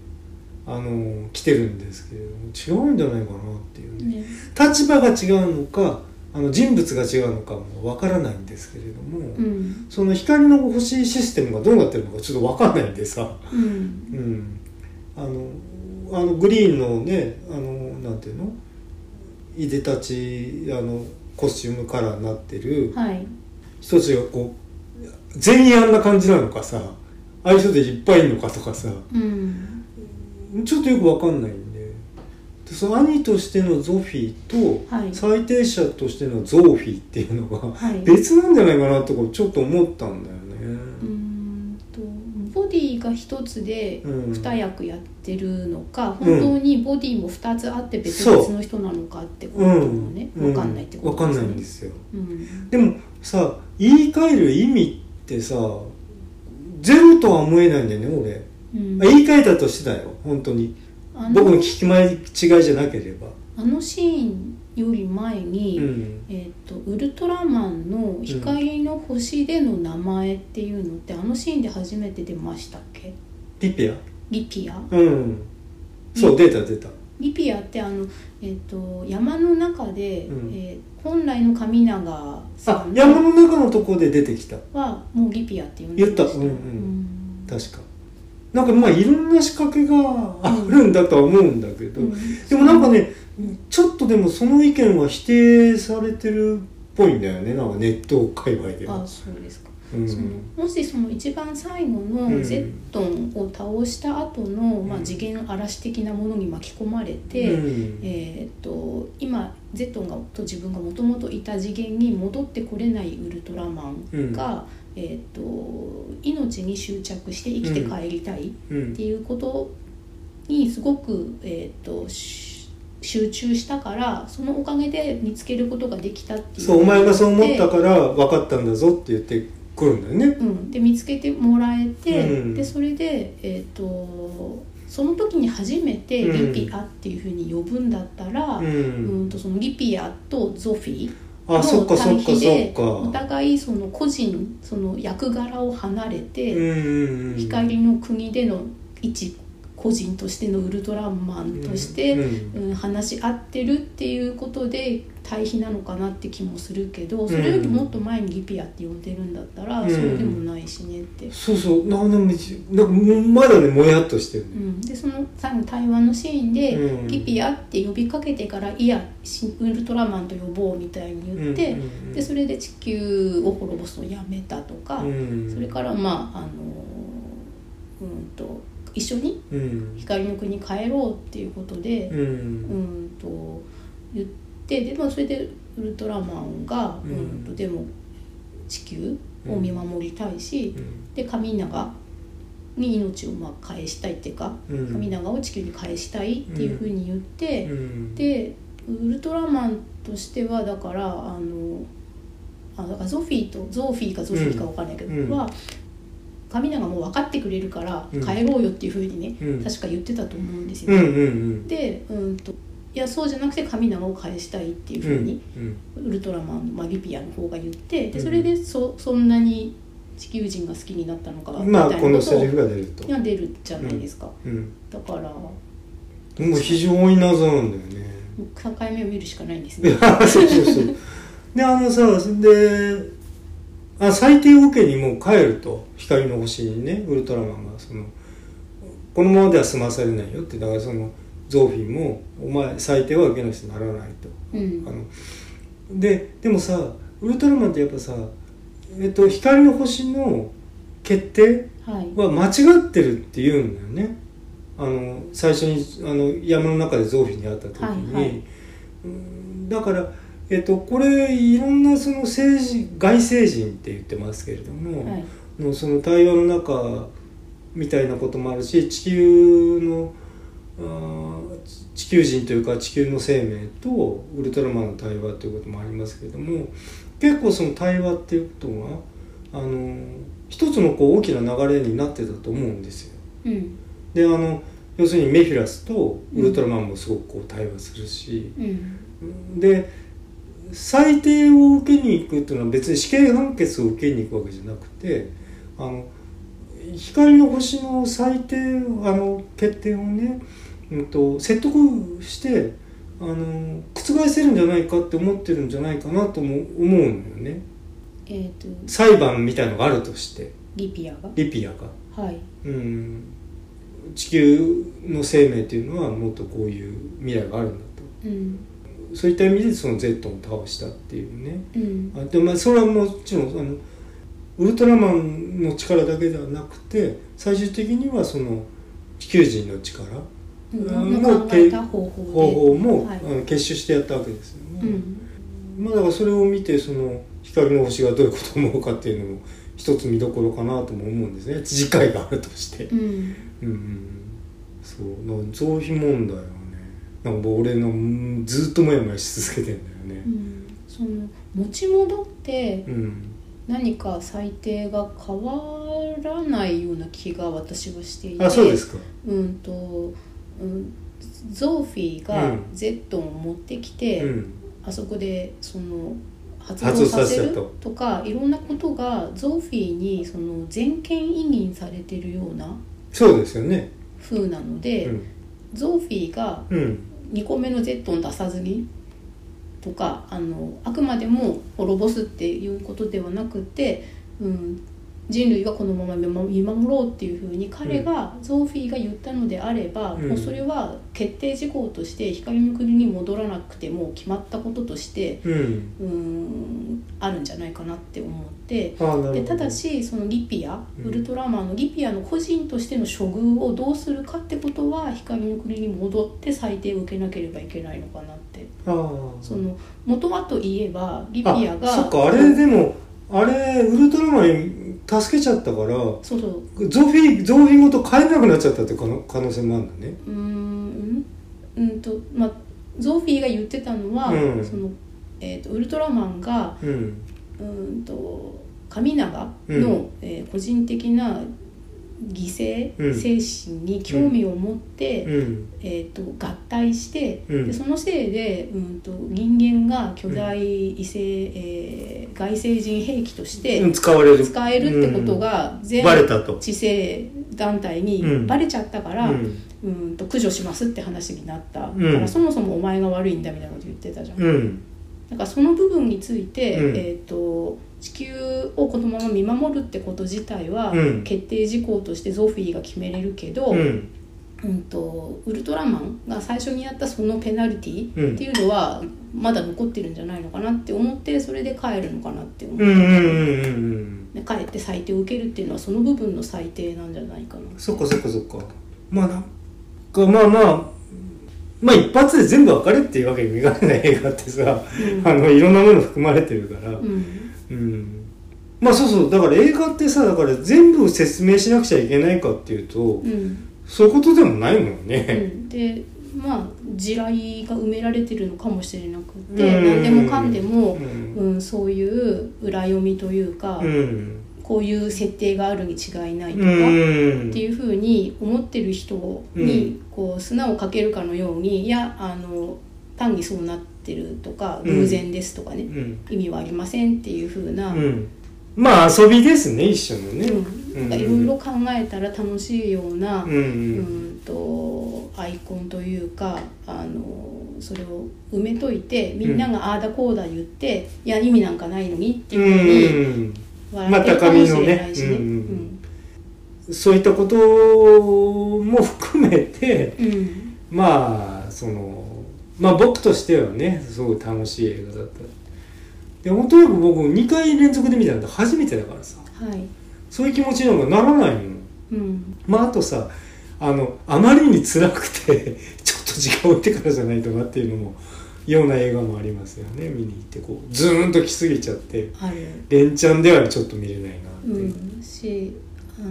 [SPEAKER 1] あの来てるんですけれども違うんじゃないかなっていうね
[SPEAKER 2] ね
[SPEAKER 1] 立場が違うのかあの人物が違うのかもわからないんですけれども、
[SPEAKER 2] うん
[SPEAKER 1] その光の星システムがどうなってるのかちょっとわかんないんでさ、
[SPEAKER 2] うん
[SPEAKER 1] うん、あのあのグリーンのねあのなんていうのいでたちあのコスチュームカラーになってる
[SPEAKER 2] はい
[SPEAKER 1] 人たちがこう全員あんな感じなのかさああいう人でいっぱいいるのかとかさ
[SPEAKER 2] うん
[SPEAKER 1] ちょっとよくわかんないんででその兄としてのゾフィーと、
[SPEAKER 2] はい
[SPEAKER 1] 最低者としてのゾーフィーっていうのが
[SPEAKER 2] はい
[SPEAKER 1] 別なんじゃないかなとかちょっと思ったんだよね。
[SPEAKER 2] うーんとボディが一つで
[SPEAKER 1] うん
[SPEAKER 2] 二役やってるのか、
[SPEAKER 1] うん
[SPEAKER 2] 本当にボディも二つあって別
[SPEAKER 1] そう
[SPEAKER 2] 々の人なのかってこと
[SPEAKER 1] う
[SPEAKER 2] も
[SPEAKER 1] ん、
[SPEAKER 2] ね、
[SPEAKER 1] う
[SPEAKER 2] 分かんないってこ
[SPEAKER 1] わ
[SPEAKER 2] と
[SPEAKER 1] か
[SPEAKER 2] で
[SPEAKER 1] ん
[SPEAKER 2] す
[SPEAKER 1] ない
[SPEAKER 2] ね
[SPEAKER 1] んですよ。
[SPEAKER 2] うん
[SPEAKER 1] でもさ言い換える意味ってさゼロとは思えないんだよね俺、
[SPEAKER 2] うん
[SPEAKER 1] あ言い換えたとしてだよ本当に
[SPEAKER 2] あ
[SPEAKER 1] 僕の
[SPEAKER 2] の
[SPEAKER 1] 聞き間違いじゃなければ
[SPEAKER 2] あのシーンより前に、
[SPEAKER 1] うん
[SPEAKER 2] えー、とウルトラマンの「光の星」での名前っていうのって、あのシーンで初めて出ましたっけ
[SPEAKER 1] リピア
[SPEAKER 2] リピア
[SPEAKER 1] うんそううん出た出た
[SPEAKER 2] リピアってあの、えー、と山の中で、
[SPEAKER 1] うん
[SPEAKER 2] えー本来の神永さ
[SPEAKER 1] あ
[SPEAKER 2] んの
[SPEAKER 1] 山の中のとこで出てきた
[SPEAKER 2] はもうリピアって呼んでました
[SPEAKER 1] 言ったうんうん
[SPEAKER 2] ん
[SPEAKER 1] 確かなんかまあいろんな仕掛けがあるんだとは思うんだけど、
[SPEAKER 2] うん
[SPEAKER 1] でもなんかねちょっとでもその意見は否定されてるっぽいんだよねなんかネット界隈では
[SPEAKER 2] あ、そうですか、
[SPEAKER 1] う
[SPEAKER 2] その
[SPEAKER 1] ん、
[SPEAKER 2] もしその一番最後
[SPEAKER 1] う
[SPEAKER 2] の
[SPEAKER 1] ん
[SPEAKER 2] ゼットンを倒した後の、まあ
[SPEAKER 1] うん
[SPEAKER 2] 次元嵐的なものに巻き込まれて、
[SPEAKER 1] うん
[SPEAKER 2] えー、と今ゼットンがと自分がもともといた次元に戻ってこれないウルトラマンが、えー、と命に執着して生きて帰りたいっ
[SPEAKER 1] うん
[SPEAKER 2] ていうことにすごく、えー、とし集中したからそのおかげで見つけることができたっていう
[SPEAKER 1] そうお前がそう思ったから分かったんだぞって言ってくるんだよね
[SPEAKER 2] うん、で見つけてもらえて、
[SPEAKER 1] うん
[SPEAKER 2] でそれで、えー、とその時に初めて
[SPEAKER 1] うん
[SPEAKER 2] リピアっていうふうに呼ぶんだったら、
[SPEAKER 1] う、
[SPEAKER 2] うんんとそのリピアとゾフィー
[SPEAKER 1] あそっかそっか
[SPEAKER 2] 対比で
[SPEAKER 1] そ
[SPEAKER 2] お
[SPEAKER 1] っか
[SPEAKER 2] 互いその個人その役柄を離れ
[SPEAKER 1] うん
[SPEAKER 2] て、
[SPEAKER 1] うんうん
[SPEAKER 2] 光の国での一個人としてのウルトラマンとして、
[SPEAKER 1] う
[SPEAKER 2] うんん話し合ってるっていうことで対比なのかなって気もするけどそれよりもっと前にリピアって呼んでるんだったら、
[SPEAKER 1] うん
[SPEAKER 2] そうでもないしねって。
[SPEAKER 1] そうそうなんなんなんかもうまだねもやっとしてる
[SPEAKER 2] う、ん、でその最後対話のシーンで「
[SPEAKER 1] うん
[SPEAKER 2] リピア」って呼びかけてから「いやしウルトラマンと呼ぼう」みたいに言って、
[SPEAKER 1] うんうんうん
[SPEAKER 2] でそれで地球を滅ぼすのをやめたとか、
[SPEAKER 1] うん、
[SPEAKER 2] それからまああのうんと一緒に
[SPEAKER 1] うん
[SPEAKER 2] 光の国に帰ろうっていうことで
[SPEAKER 1] う、
[SPEAKER 2] うんんと言ってでもそれでウルトラマンが、
[SPEAKER 1] う
[SPEAKER 2] うんんとでも地球を見守りたいし、で神永に命をまあ返したいっていうか、
[SPEAKER 1] うん
[SPEAKER 2] 神永を地球に返したいっていうふうに言って、
[SPEAKER 1] うん
[SPEAKER 2] でウルトラマンとしてはだからあのあだからゾフィーとゾーフィーかゾフィーかわかんないけど、
[SPEAKER 1] うん
[SPEAKER 2] は神永もう分かってくれるから
[SPEAKER 1] うん
[SPEAKER 2] 帰ろうよっていうふうにね、
[SPEAKER 1] うん
[SPEAKER 2] 確か言ってたと思うんです
[SPEAKER 1] うん
[SPEAKER 2] よ。
[SPEAKER 1] うんうん
[SPEAKER 2] で、うんといやそうじゃなくて神長を返したいっていうふうに、ウルトラマンのマギピアの方が言ってでそれでそそんなに地球人が好きになったのかみたいな
[SPEAKER 1] まあ
[SPEAKER 2] こと
[SPEAKER 1] このセリフが出ると、
[SPEAKER 2] が出るじゃないですか、
[SPEAKER 1] うん、
[SPEAKER 2] だから
[SPEAKER 1] もう非常に謎なんだよね
[SPEAKER 2] 3回目を見るしかないんです
[SPEAKER 1] い
[SPEAKER 2] ね
[SPEAKER 1] やそうそうそう であのさであ最低オケにもう帰ると光の星にねウルトラマンがそのこのままでは済まされないよってだからそのゾーフィンも「お前最低は受けなしにならない」と。
[SPEAKER 2] うん
[SPEAKER 1] あのででもさウルトラマンってやっぱさ、えっと、光の星の決定
[SPEAKER 2] はい
[SPEAKER 1] は間違ってるって言うんだよねあの最初にあの山の中でゾーフィンに会った時に、
[SPEAKER 2] はいはい
[SPEAKER 1] うんだから、えっと、これいろんなその政治外星人って言ってますけれども、
[SPEAKER 2] はい
[SPEAKER 1] のその対話の中みたいなこともあるし地球のあー地地球人というか地球の生命とウルトラマンの対話ということもありますけれども結構その対話っていうことがあの一つのこう大きな流れになってたと思うんですよ。
[SPEAKER 2] うん
[SPEAKER 1] であの要するにメフィラスとウルトラマンもすごくこう対話するし。
[SPEAKER 2] うん
[SPEAKER 1] で裁定を受けに行くっていうのは別に死刑判決を受けに行くわけじゃなくてあの光の星の裁定あの決定をね、うん、と説得してあの覆せるんじゃないかって思ってるんじゃないかなとも思うのよね
[SPEAKER 2] えっ、と
[SPEAKER 1] 裁判みたいのがあるとして
[SPEAKER 2] リピアが
[SPEAKER 1] リピアが。
[SPEAKER 2] はい
[SPEAKER 1] うん地球の生命っていうのはもっとこういう未来があるんだ
[SPEAKER 2] うん
[SPEAKER 1] とそういった意味でその Z を倒したっていうね、
[SPEAKER 2] うん
[SPEAKER 1] あでもまあそれはもちろんあのウルトラマンの力だけではなくて最終的にはその地球人の力
[SPEAKER 2] うんの考えた方法で
[SPEAKER 1] 方法も、
[SPEAKER 2] はい
[SPEAKER 1] あの結集してやったわけですよね、
[SPEAKER 2] うん
[SPEAKER 1] まあ、だからそれを見てその光の星がどういうことを思うかっていうのも一つ見どころかなとも思うんですね次回があるとして、
[SPEAKER 2] うん
[SPEAKER 1] うんうんうんそうなんか消費問題はねなんか俺のうんずっとモヤモヤし続けてんだよ
[SPEAKER 2] う
[SPEAKER 1] ね
[SPEAKER 2] んその持ち戻って
[SPEAKER 1] うん
[SPEAKER 2] 何か裁定が変わらないような気が私はしていて
[SPEAKER 1] あそうですか
[SPEAKER 2] うんと、うん、ゾーフィーが
[SPEAKER 1] うん
[SPEAKER 2] ゼットンを持ってきて、
[SPEAKER 1] うん
[SPEAKER 2] あそこでその発
[SPEAKER 1] 発
[SPEAKER 2] 動
[SPEAKER 1] 動さ
[SPEAKER 2] さ
[SPEAKER 1] せ
[SPEAKER 2] せ
[SPEAKER 1] る
[SPEAKER 2] る
[SPEAKER 1] と
[SPEAKER 2] とかいろんなことがゾーフィーにその全権委任されてるような
[SPEAKER 1] そうですよね
[SPEAKER 2] 風なので、
[SPEAKER 1] うん
[SPEAKER 2] ゾーフィーが
[SPEAKER 1] うん
[SPEAKER 2] 2個目のゼットン出さずにとかあのあくまでも滅ぼすっていうことではなくて、うん、人類はこのまま見守見守ろうっていうふうに彼が、ゾーフィーが言ったのであれば、
[SPEAKER 1] うん
[SPEAKER 2] もうそれは決定事項として光の国に戻らなくても決まったこととして、
[SPEAKER 1] うん、
[SPEAKER 2] うん、あるんじゃないかなって思って。
[SPEAKER 1] ああなるほど
[SPEAKER 2] でただしそのリピア
[SPEAKER 1] うん
[SPEAKER 2] ウルトラマンのリピアの個人としての処遇をどうするかってことは光の国に戻って裁定を受けなければいけないのかなって
[SPEAKER 1] ああ
[SPEAKER 2] その元はといえばリピアが
[SPEAKER 1] あそっかあれでもあれウルトラマン助けちゃったからゾ
[SPEAKER 2] そうそう
[SPEAKER 1] フィーゾフィーごと帰れなくなっちゃったって可能可能性もあるんだね
[SPEAKER 2] うーんうんとまあゾーフィーが言ってたのは、
[SPEAKER 1] うん
[SPEAKER 2] そのえー、とウルトラマンが
[SPEAKER 1] うん
[SPEAKER 2] うーんと神長の、
[SPEAKER 1] うん
[SPEAKER 2] えー個人的な犠牲、
[SPEAKER 1] うん
[SPEAKER 2] 精神に興味を持って、
[SPEAKER 1] うん
[SPEAKER 2] えー、と合体して、
[SPEAKER 1] うん
[SPEAKER 2] でそのせいで、うん、と人間が巨大異星、えー外星人兵器として
[SPEAKER 1] 使われる
[SPEAKER 2] 使えるってことが
[SPEAKER 1] うん
[SPEAKER 2] 全
[SPEAKER 1] バレたと
[SPEAKER 2] 知性団体
[SPEAKER 1] うん
[SPEAKER 2] にバレちゃったから、う、
[SPEAKER 1] うんん
[SPEAKER 2] と駆除しますって話になったから、
[SPEAKER 1] うん
[SPEAKER 2] そもそもお前が悪いんだみたいなこと言ってたじゃん。
[SPEAKER 1] うん
[SPEAKER 2] だからその部分について、
[SPEAKER 1] うん
[SPEAKER 2] えー、と地球をこのまま見守るってこと自体は、
[SPEAKER 1] うん
[SPEAKER 2] 決定事項としてゾフィーが決めれるけど、
[SPEAKER 1] うん
[SPEAKER 2] うん、とウルトラマンが最初にやったそのペナルティ
[SPEAKER 1] うん
[SPEAKER 2] っていうのはまだ残ってるんじゃないのかなって思ってそれで帰るのかなって思う、
[SPEAKER 1] うんうんうんうんうん
[SPEAKER 2] で帰って裁定を受けるっていうのはその部分の裁定なんじゃないかな
[SPEAKER 1] そっかそっかそっかまあなんかまあまあまあ一発で全部分かれっていうわけにもいかない映画ってさ、
[SPEAKER 2] うん
[SPEAKER 1] あのいろんなもの含まれてるから、
[SPEAKER 2] うん
[SPEAKER 1] うんまあそうそうだから映画ってさだから全部説明しなくちゃいけないかっていうと、
[SPEAKER 2] うん、
[SPEAKER 1] そういうことでもないもん
[SPEAKER 2] う
[SPEAKER 1] ね、
[SPEAKER 2] ん、でまあ地雷が埋められてるのかもしれなくて
[SPEAKER 1] うん
[SPEAKER 2] 何でもかんでも
[SPEAKER 1] う、ん
[SPEAKER 2] うん、そういう裏読みというか、
[SPEAKER 1] うん
[SPEAKER 2] こういう設定があるに違いないと
[SPEAKER 1] う
[SPEAKER 2] か、
[SPEAKER 1] ん
[SPEAKER 2] っていうふうに思ってる人にこう砂をかけるかのように、いやあの単にそうなってるとか
[SPEAKER 1] うん
[SPEAKER 2] 偶然ですとかね、
[SPEAKER 1] うん
[SPEAKER 2] 意味はありませんっていうふうな、
[SPEAKER 1] う
[SPEAKER 2] うん
[SPEAKER 1] んまあ遊びですね一緒のね
[SPEAKER 2] なんかいろいろ考えたら楽しいような、
[SPEAKER 1] うんう
[SPEAKER 2] うんんとアイコンというかあのそれを埋めといてみんながああだこうだ言って、いや意味なんかないのにって
[SPEAKER 1] う
[SPEAKER 2] いうふうに
[SPEAKER 1] ん
[SPEAKER 2] 笑ってるかもしれないしね。
[SPEAKER 1] また紙のねそういったことも含めて
[SPEAKER 2] うんうん
[SPEAKER 1] まあそのまあ僕としてはねすごい楽しい映画だったで本当に僕2回連続で見たのって初めてだからさ
[SPEAKER 2] はい
[SPEAKER 1] そういう気持ちなんかならないもん
[SPEAKER 2] うん
[SPEAKER 1] まああとさあのあまりに辛くて ちょっと時間を置いてからじゃないとなっていうのもような映画もありますよね見に行ってこうずーんと来すぎちゃって
[SPEAKER 2] ある
[SPEAKER 1] 連チャンではちょっと見れないなっていう、
[SPEAKER 2] うん、しあの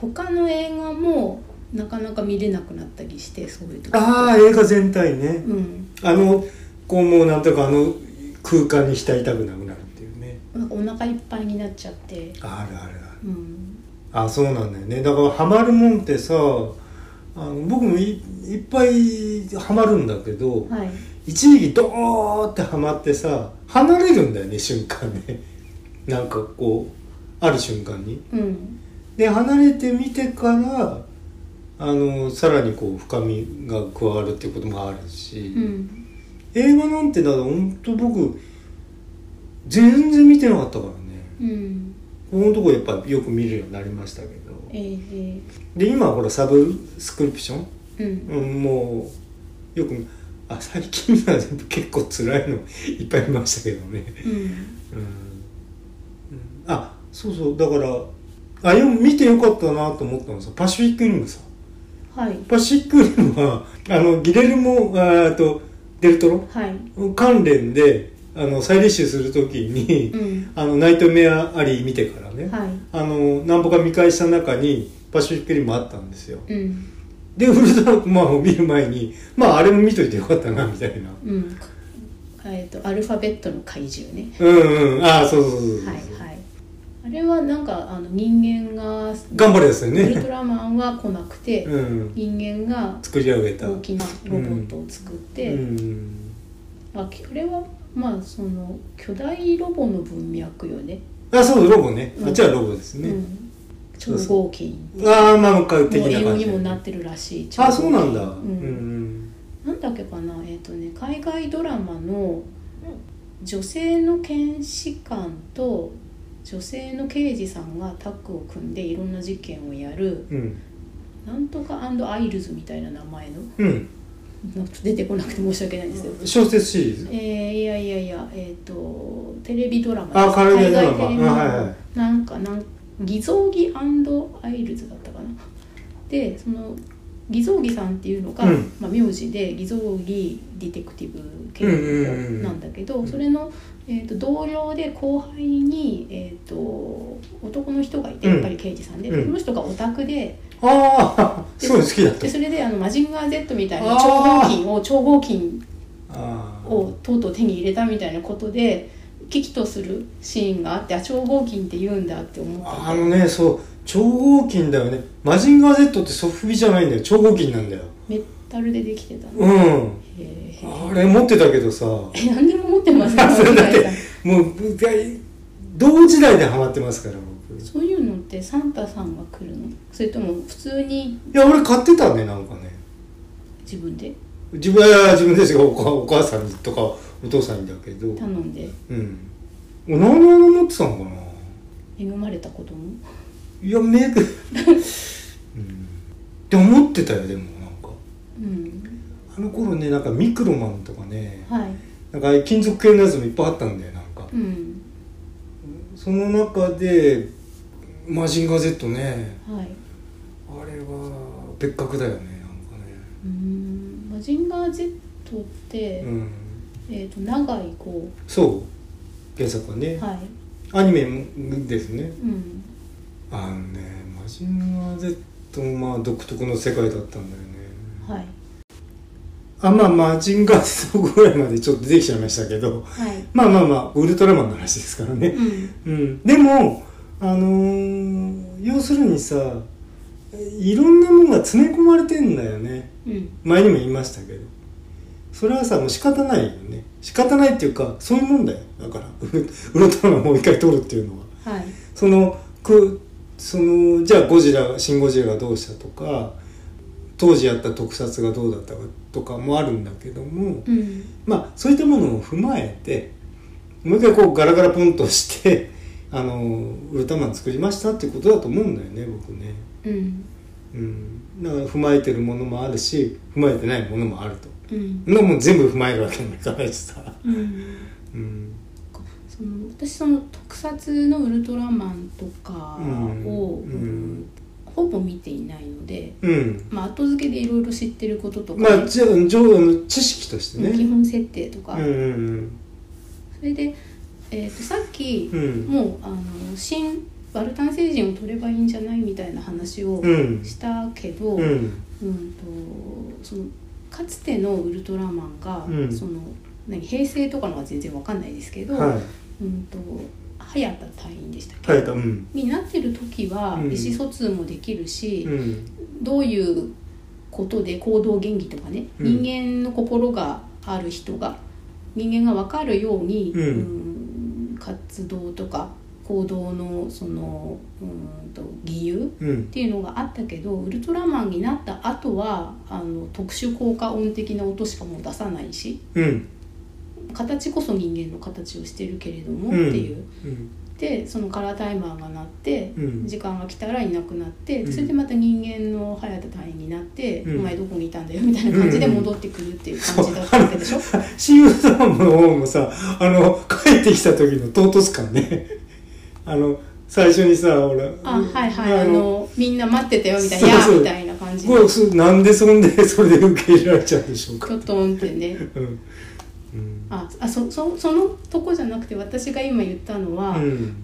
[SPEAKER 2] 他の映画もなかなか見れなくなったりしてそういう時
[SPEAKER 1] ああ映画全体ね
[SPEAKER 2] うん、
[SPEAKER 1] あのこうもうなんとかあの空間に浸りたくなくなるっていうね
[SPEAKER 2] なんかお腹いっぱいになっちゃって、
[SPEAKER 1] あるあるある
[SPEAKER 2] うん、
[SPEAKER 1] あそうなんだよねだからハマるもんってさあの僕もいいっぱいハマるんだけど、
[SPEAKER 2] はい
[SPEAKER 1] 一時期ドーってハマってさ離れるんだよね瞬間ね なんかこうある瞬間に
[SPEAKER 2] うん
[SPEAKER 1] で離れてみてからあのさらにこう深みが加わるっていうこともあるし、
[SPEAKER 2] うん
[SPEAKER 1] 映画なんてだからほんと僕全然見てなかったからね
[SPEAKER 2] うん
[SPEAKER 1] このとこやっぱよく見るようになりましたけど
[SPEAKER 2] えー、
[SPEAKER 1] で今はほらサブスクリプション
[SPEAKER 2] えー、うん
[SPEAKER 1] うん、もうよくあ最近は全部結構辛いのいっぱい見ましたけどね、
[SPEAKER 2] うん
[SPEAKER 1] うんうんあそうそうだからあでも見てよかったなと思ったのさパシフィックリムさ
[SPEAKER 2] はい
[SPEAKER 1] パシフィックリムはあのギレルモあーあとデルト
[SPEAKER 2] はい
[SPEAKER 1] ロ関連であの再列修するときに、
[SPEAKER 2] うん
[SPEAKER 1] あのナイトメアアリー見てからね、
[SPEAKER 2] は
[SPEAKER 1] あの何歩か見返した中にパシフィックリムあったんですよ
[SPEAKER 2] いうん
[SPEAKER 1] でウルトラマンを見る前にまああれも見といてよかったなみたいな
[SPEAKER 2] うんえっ、とアルファベットの怪獣ね
[SPEAKER 1] うんうんああそうそうそうそう、
[SPEAKER 2] はいはいあれはなんかあの人間が
[SPEAKER 1] 頑張れですよ
[SPEAKER 2] ウルト
[SPEAKER 1] ね
[SPEAKER 2] ラマンは来なくて、
[SPEAKER 1] うん
[SPEAKER 2] 人間が
[SPEAKER 1] 作り上げた
[SPEAKER 2] 大きなロボットを作っ
[SPEAKER 1] う
[SPEAKER 2] て、
[SPEAKER 1] ん
[SPEAKER 2] まあ、これはまあその巨大ロボの文脈よね
[SPEAKER 1] あそうロボね、
[SPEAKER 2] うん
[SPEAKER 1] あっちはロボです
[SPEAKER 2] う
[SPEAKER 1] ね、
[SPEAKER 2] ん、超合金
[SPEAKER 1] ああまあなんか的
[SPEAKER 2] の
[SPEAKER 1] な
[SPEAKER 2] 英語
[SPEAKER 1] 感
[SPEAKER 2] に
[SPEAKER 1] じ
[SPEAKER 2] もなってるらしい
[SPEAKER 1] あそうなんだう、
[SPEAKER 2] うん
[SPEAKER 1] うん
[SPEAKER 2] なんだっけかなえっ、とね海外ドラマの女性の検視官と女性の刑事さんがタッグを組んでいろんな事件をやる
[SPEAKER 1] うん
[SPEAKER 2] なんとかアイルズみたいな名前の
[SPEAKER 1] うん
[SPEAKER 2] なんか出てこなくて申し訳ないんですけど
[SPEAKER 1] 小説シリーズ
[SPEAKER 2] えー、いやいやいやえっ、とテレビドラマ
[SPEAKER 1] あ海外ドラマ
[SPEAKER 2] 海外テレビの
[SPEAKER 1] あはいはい
[SPEAKER 2] なんかなん偽造儀アイルズだったかなでその偽造儀さんっていうのが、
[SPEAKER 1] うん
[SPEAKER 2] まあ、名字で偽造儀ディテクティブ系なんだけど、
[SPEAKER 1] んうん
[SPEAKER 2] それの、えー、と同僚で後輩に、えー、と男の人がいて
[SPEAKER 1] うん
[SPEAKER 2] やっぱり刑事さんで、
[SPEAKER 1] うん
[SPEAKER 2] その人がオタクで
[SPEAKER 1] ああ
[SPEAKER 2] です
[SPEAKER 1] ごい好きだった
[SPEAKER 2] でそれであのマジンガー Z みたいな
[SPEAKER 1] あー
[SPEAKER 2] 超合金を超合金
[SPEAKER 1] あ
[SPEAKER 2] をとうとう手に入れたみたいなことで危機とするシーンがあってあ超合金って言うんだって思った
[SPEAKER 1] ああのねそう超合金だよねマジンガー Z ってソフビじゃないんだよ超合金なんだよ
[SPEAKER 2] メタルでできてたのへ
[SPEAKER 1] うん
[SPEAKER 2] え
[SPEAKER 1] あれ持ってたけどさ
[SPEAKER 2] え何でも持ってますね
[SPEAKER 1] それだって
[SPEAKER 2] お互い
[SPEAKER 1] もう大同時代でハマってますから僕い
[SPEAKER 2] さそういうのってサンタさんが来るのそれとも普通に
[SPEAKER 1] や俺買ってたねなんかね
[SPEAKER 2] 自分で
[SPEAKER 1] 自分は自分ですよお母お母さんにとかお父さんにだけど
[SPEAKER 2] 頼んで
[SPEAKER 1] うんお何であんな持ってたのかな
[SPEAKER 2] 恵まれたことも
[SPEAKER 1] いやメイクうんって思ってたよでもなんか
[SPEAKER 2] うん
[SPEAKER 1] あの頃ねなんかミクロマンとかね
[SPEAKER 2] はい
[SPEAKER 1] なんか金属系のやつもいっぱいあったんだよなんか
[SPEAKER 2] うん
[SPEAKER 1] その中でマジンガー Z ね
[SPEAKER 2] はい
[SPEAKER 1] あれは別格だよねな
[SPEAKER 2] うーんマジンガー Z って、
[SPEAKER 1] んかねうん
[SPEAKER 2] えっ、と長いこ
[SPEAKER 1] そう原作はね
[SPEAKER 2] うはい
[SPEAKER 1] アニメもですね
[SPEAKER 2] うん
[SPEAKER 1] あのねマジンガー Z もまあ独特の世界だったんだよね
[SPEAKER 2] はい
[SPEAKER 1] あまあマジンガー Z ぐらいまでちょっと出てきちゃいましたけど
[SPEAKER 2] はい
[SPEAKER 1] まあまあまあウルトラマンの話ですからね
[SPEAKER 2] うん
[SPEAKER 1] うんでもあのー要するにさいろんなもんが詰め込まれてんだよね
[SPEAKER 2] うん
[SPEAKER 1] 前にも言いましたけどそれはさもう仕方ないよね仕方ないっていうかそういうもんだよだからウルトラマンもう一回撮るっていうのは
[SPEAKER 2] はい
[SPEAKER 1] そのくそのじゃあゴジラ「シン・ゴジラ」がどうしたとか当時やった特撮がどうだったかとかもあるんだけども、
[SPEAKER 2] うん
[SPEAKER 1] まあそういったものを踏まえてもう一回こうガラガラポンとして あのウルトラマン作りましたってことだと思うんだよね僕ね。
[SPEAKER 2] うん
[SPEAKER 1] うん、だから踏まえてるものもあるし踏まえてないものもあると。
[SPEAKER 2] うん
[SPEAKER 1] そんなもん全部踏まえるわけにもいかないしさ。
[SPEAKER 2] うん
[SPEAKER 1] うん
[SPEAKER 2] その私その特撮のウルトラマンとかを、
[SPEAKER 1] うん
[SPEAKER 2] うんほぼ見ていないので、
[SPEAKER 1] うん
[SPEAKER 2] まあ、後付けでいろいろ知ってることとか、ね
[SPEAKER 1] まあ、じゃあじょあの知識としてね。
[SPEAKER 2] 基本設定とか、
[SPEAKER 1] うんうん
[SPEAKER 2] それで、えー、とさっき、
[SPEAKER 1] うんうん
[SPEAKER 2] もうあの新バルタン星人を取ればいいんじゃないみたいな話を
[SPEAKER 1] うん
[SPEAKER 2] したけど、
[SPEAKER 1] う
[SPEAKER 2] うん
[SPEAKER 1] ん
[SPEAKER 2] とそのかつてのウルトラマンが、
[SPEAKER 1] うん
[SPEAKER 2] その何平成とかのは全然わかんないですけど、
[SPEAKER 1] は
[SPEAKER 2] うんと早田隊員でしたっ
[SPEAKER 1] い
[SPEAKER 2] け、
[SPEAKER 1] 耐えたうん
[SPEAKER 2] になってる時は
[SPEAKER 1] うん
[SPEAKER 2] 意思疎通もできるし
[SPEAKER 1] う、ん
[SPEAKER 2] どういうことで行動原理とかね、
[SPEAKER 1] うん
[SPEAKER 2] 人間の心がある人が人間が分かるように、
[SPEAKER 1] うん
[SPEAKER 2] うん活動とか行動のそのうんと理由
[SPEAKER 1] うん
[SPEAKER 2] っていうのがあったけどウルトラマンになった後はあの特殊効果音的な音しかもう出さないし
[SPEAKER 1] うん
[SPEAKER 2] 形こそ人間の形をしてるけれどもっ
[SPEAKER 1] う
[SPEAKER 2] て
[SPEAKER 1] ん
[SPEAKER 2] いう。
[SPEAKER 1] うん
[SPEAKER 2] でそのカラータイマーが鳴って、
[SPEAKER 1] うん
[SPEAKER 2] 時間が来たらいなくなって、
[SPEAKER 1] うん
[SPEAKER 2] それでまた人間の早田隊員になって、
[SPEAKER 1] うん
[SPEAKER 2] お前どこにいたんだよみたいな感じで戻ってくるっていう感じだったわけでしょ、
[SPEAKER 1] 新ウルトラマンの方もさあの帰ってきた時の唐突感ねあの最初にさほら
[SPEAKER 2] あはいはいあのみんな待ってたよみたいな
[SPEAKER 1] そう
[SPEAKER 2] 「や
[SPEAKER 1] そう
[SPEAKER 2] ーみたいな感じ
[SPEAKER 1] す
[SPEAKER 2] で
[SPEAKER 1] ごいすなんでそんでそれで受け入れられちゃうんでしょう
[SPEAKER 2] キ
[SPEAKER 1] か
[SPEAKER 2] ョトンってね
[SPEAKER 1] うんうん
[SPEAKER 2] ああそそそのとこじゃなくて私が今言ったのは、
[SPEAKER 1] うん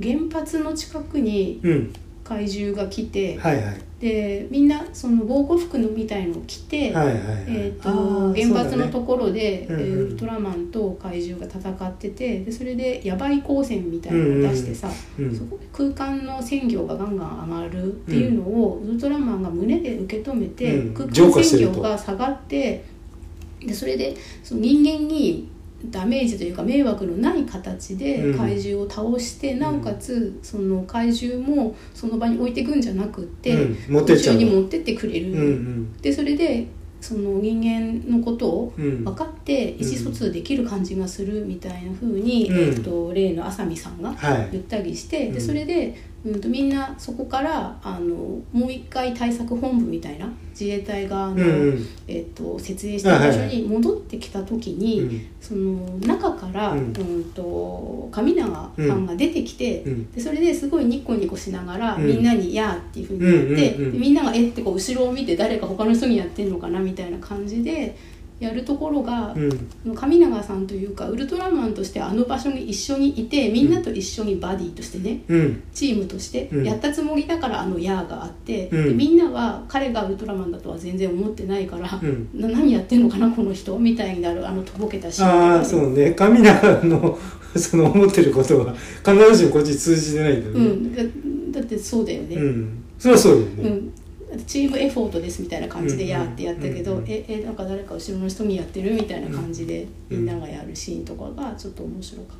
[SPEAKER 2] 原発の近くに
[SPEAKER 1] うん
[SPEAKER 2] 怪獣が来て、
[SPEAKER 1] はいはい
[SPEAKER 2] でみんなその防護服のみたいのを着て、
[SPEAKER 1] はいはいはい
[SPEAKER 2] えー、
[SPEAKER 1] あ
[SPEAKER 2] と
[SPEAKER 1] ー
[SPEAKER 2] 原発
[SPEAKER 1] そうだ
[SPEAKER 2] の
[SPEAKER 1] ね
[SPEAKER 2] ところで、
[SPEAKER 1] うんうん
[SPEAKER 2] えーウルトラマンと怪獣が戦っててでそれでヤバい光線みたいなのを出してさ、
[SPEAKER 1] うん
[SPEAKER 2] そこで空間の鮮魚がガンガン上がるっていうのを、ウルトラマンが胸で受け止めて、
[SPEAKER 1] うん
[SPEAKER 2] 空
[SPEAKER 1] 浄化
[SPEAKER 2] 間
[SPEAKER 1] して
[SPEAKER 2] 鮮
[SPEAKER 1] ると
[SPEAKER 2] 魚が下がってでそれでその人間にダメージというか迷惑のない形で
[SPEAKER 1] うん
[SPEAKER 2] 怪獣を倒して、なおかつその怪獣もその場に置いていくんじゃなくって、
[SPEAKER 1] うん持ってっちゃう
[SPEAKER 2] 宇宙に持ってってくれる。
[SPEAKER 1] うん
[SPEAKER 2] でそれでその人間のことを
[SPEAKER 1] うんうん
[SPEAKER 2] 分かって意思疎通できる感じがするみたいな風に、
[SPEAKER 1] うん
[SPEAKER 2] えっと例のあさみさんが
[SPEAKER 1] はい
[SPEAKER 2] 言ったりして、
[SPEAKER 1] うん
[SPEAKER 2] でそれで、うん、とみんなそこからあのもう一回対策本部みたいな自衛隊があの、
[SPEAKER 1] うんうん
[SPEAKER 2] えっと設営した場所に戻ってきた時に、
[SPEAKER 1] うん
[SPEAKER 2] その中から、
[SPEAKER 1] う
[SPEAKER 2] うんん、と上永さんが出てきて、
[SPEAKER 1] うん
[SPEAKER 2] でそれですごいニコニコしながら、
[SPEAKER 1] うん
[SPEAKER 2] みんなに「やあ」っていうふうに言って、
[SPEAKER 1] うんうんうん
[SPEAKER 2] でみんなが「えっ?」てこう後ろを見て誰か他の人にやってんのかなみたいな感じでやるところが、
[SPEAKER 1] うん
[SPEAKER 2] その上永さんというかウルトラマンとしてあの場所に一緒にいてみんなと一緒にバディとしてね
[SPEAKER 1] うん
[SPEAKER 2] チームとして
[SPEAKER 1] うん
[SPEAKER 2] やったつもりだからあの「やあ」があって、
[SPEAKER 1] うん
[SPEAKER 2] でみんなは彼がウルトラマンだとは全然思ってないから。
[SPEAKER 1] うん
[SPEAKER 2] な何やってんのかなこの人みたいになるあのとぼけたシーン
[SPEAKER 1] ああそうね神永のその思ってることは必ずしもこっちに通じてないんだ
[SPEAKER 2] う
[SPEAKER 1] ね、
[SPEAKER 2] ん、だだってそうだよね、
[SPEAKER 1] うんそれはそうよね、
[SPEAKER 2] うん、チームエフォートですみたいな感じ
[SPEAKER 1] う
[SPEAKER 2] で
[SPEAKER 1] ん
[SPEAKER 2] やーってやったけど、
[SPEAKER 1] うん
[SPEAKER 2] ええなんか誰か後ろの人にやってるみたいな感じで、
[SPEAKER 1] うん
[SPEAKER 2] みんながやるシーンとかがちょっと面白かっ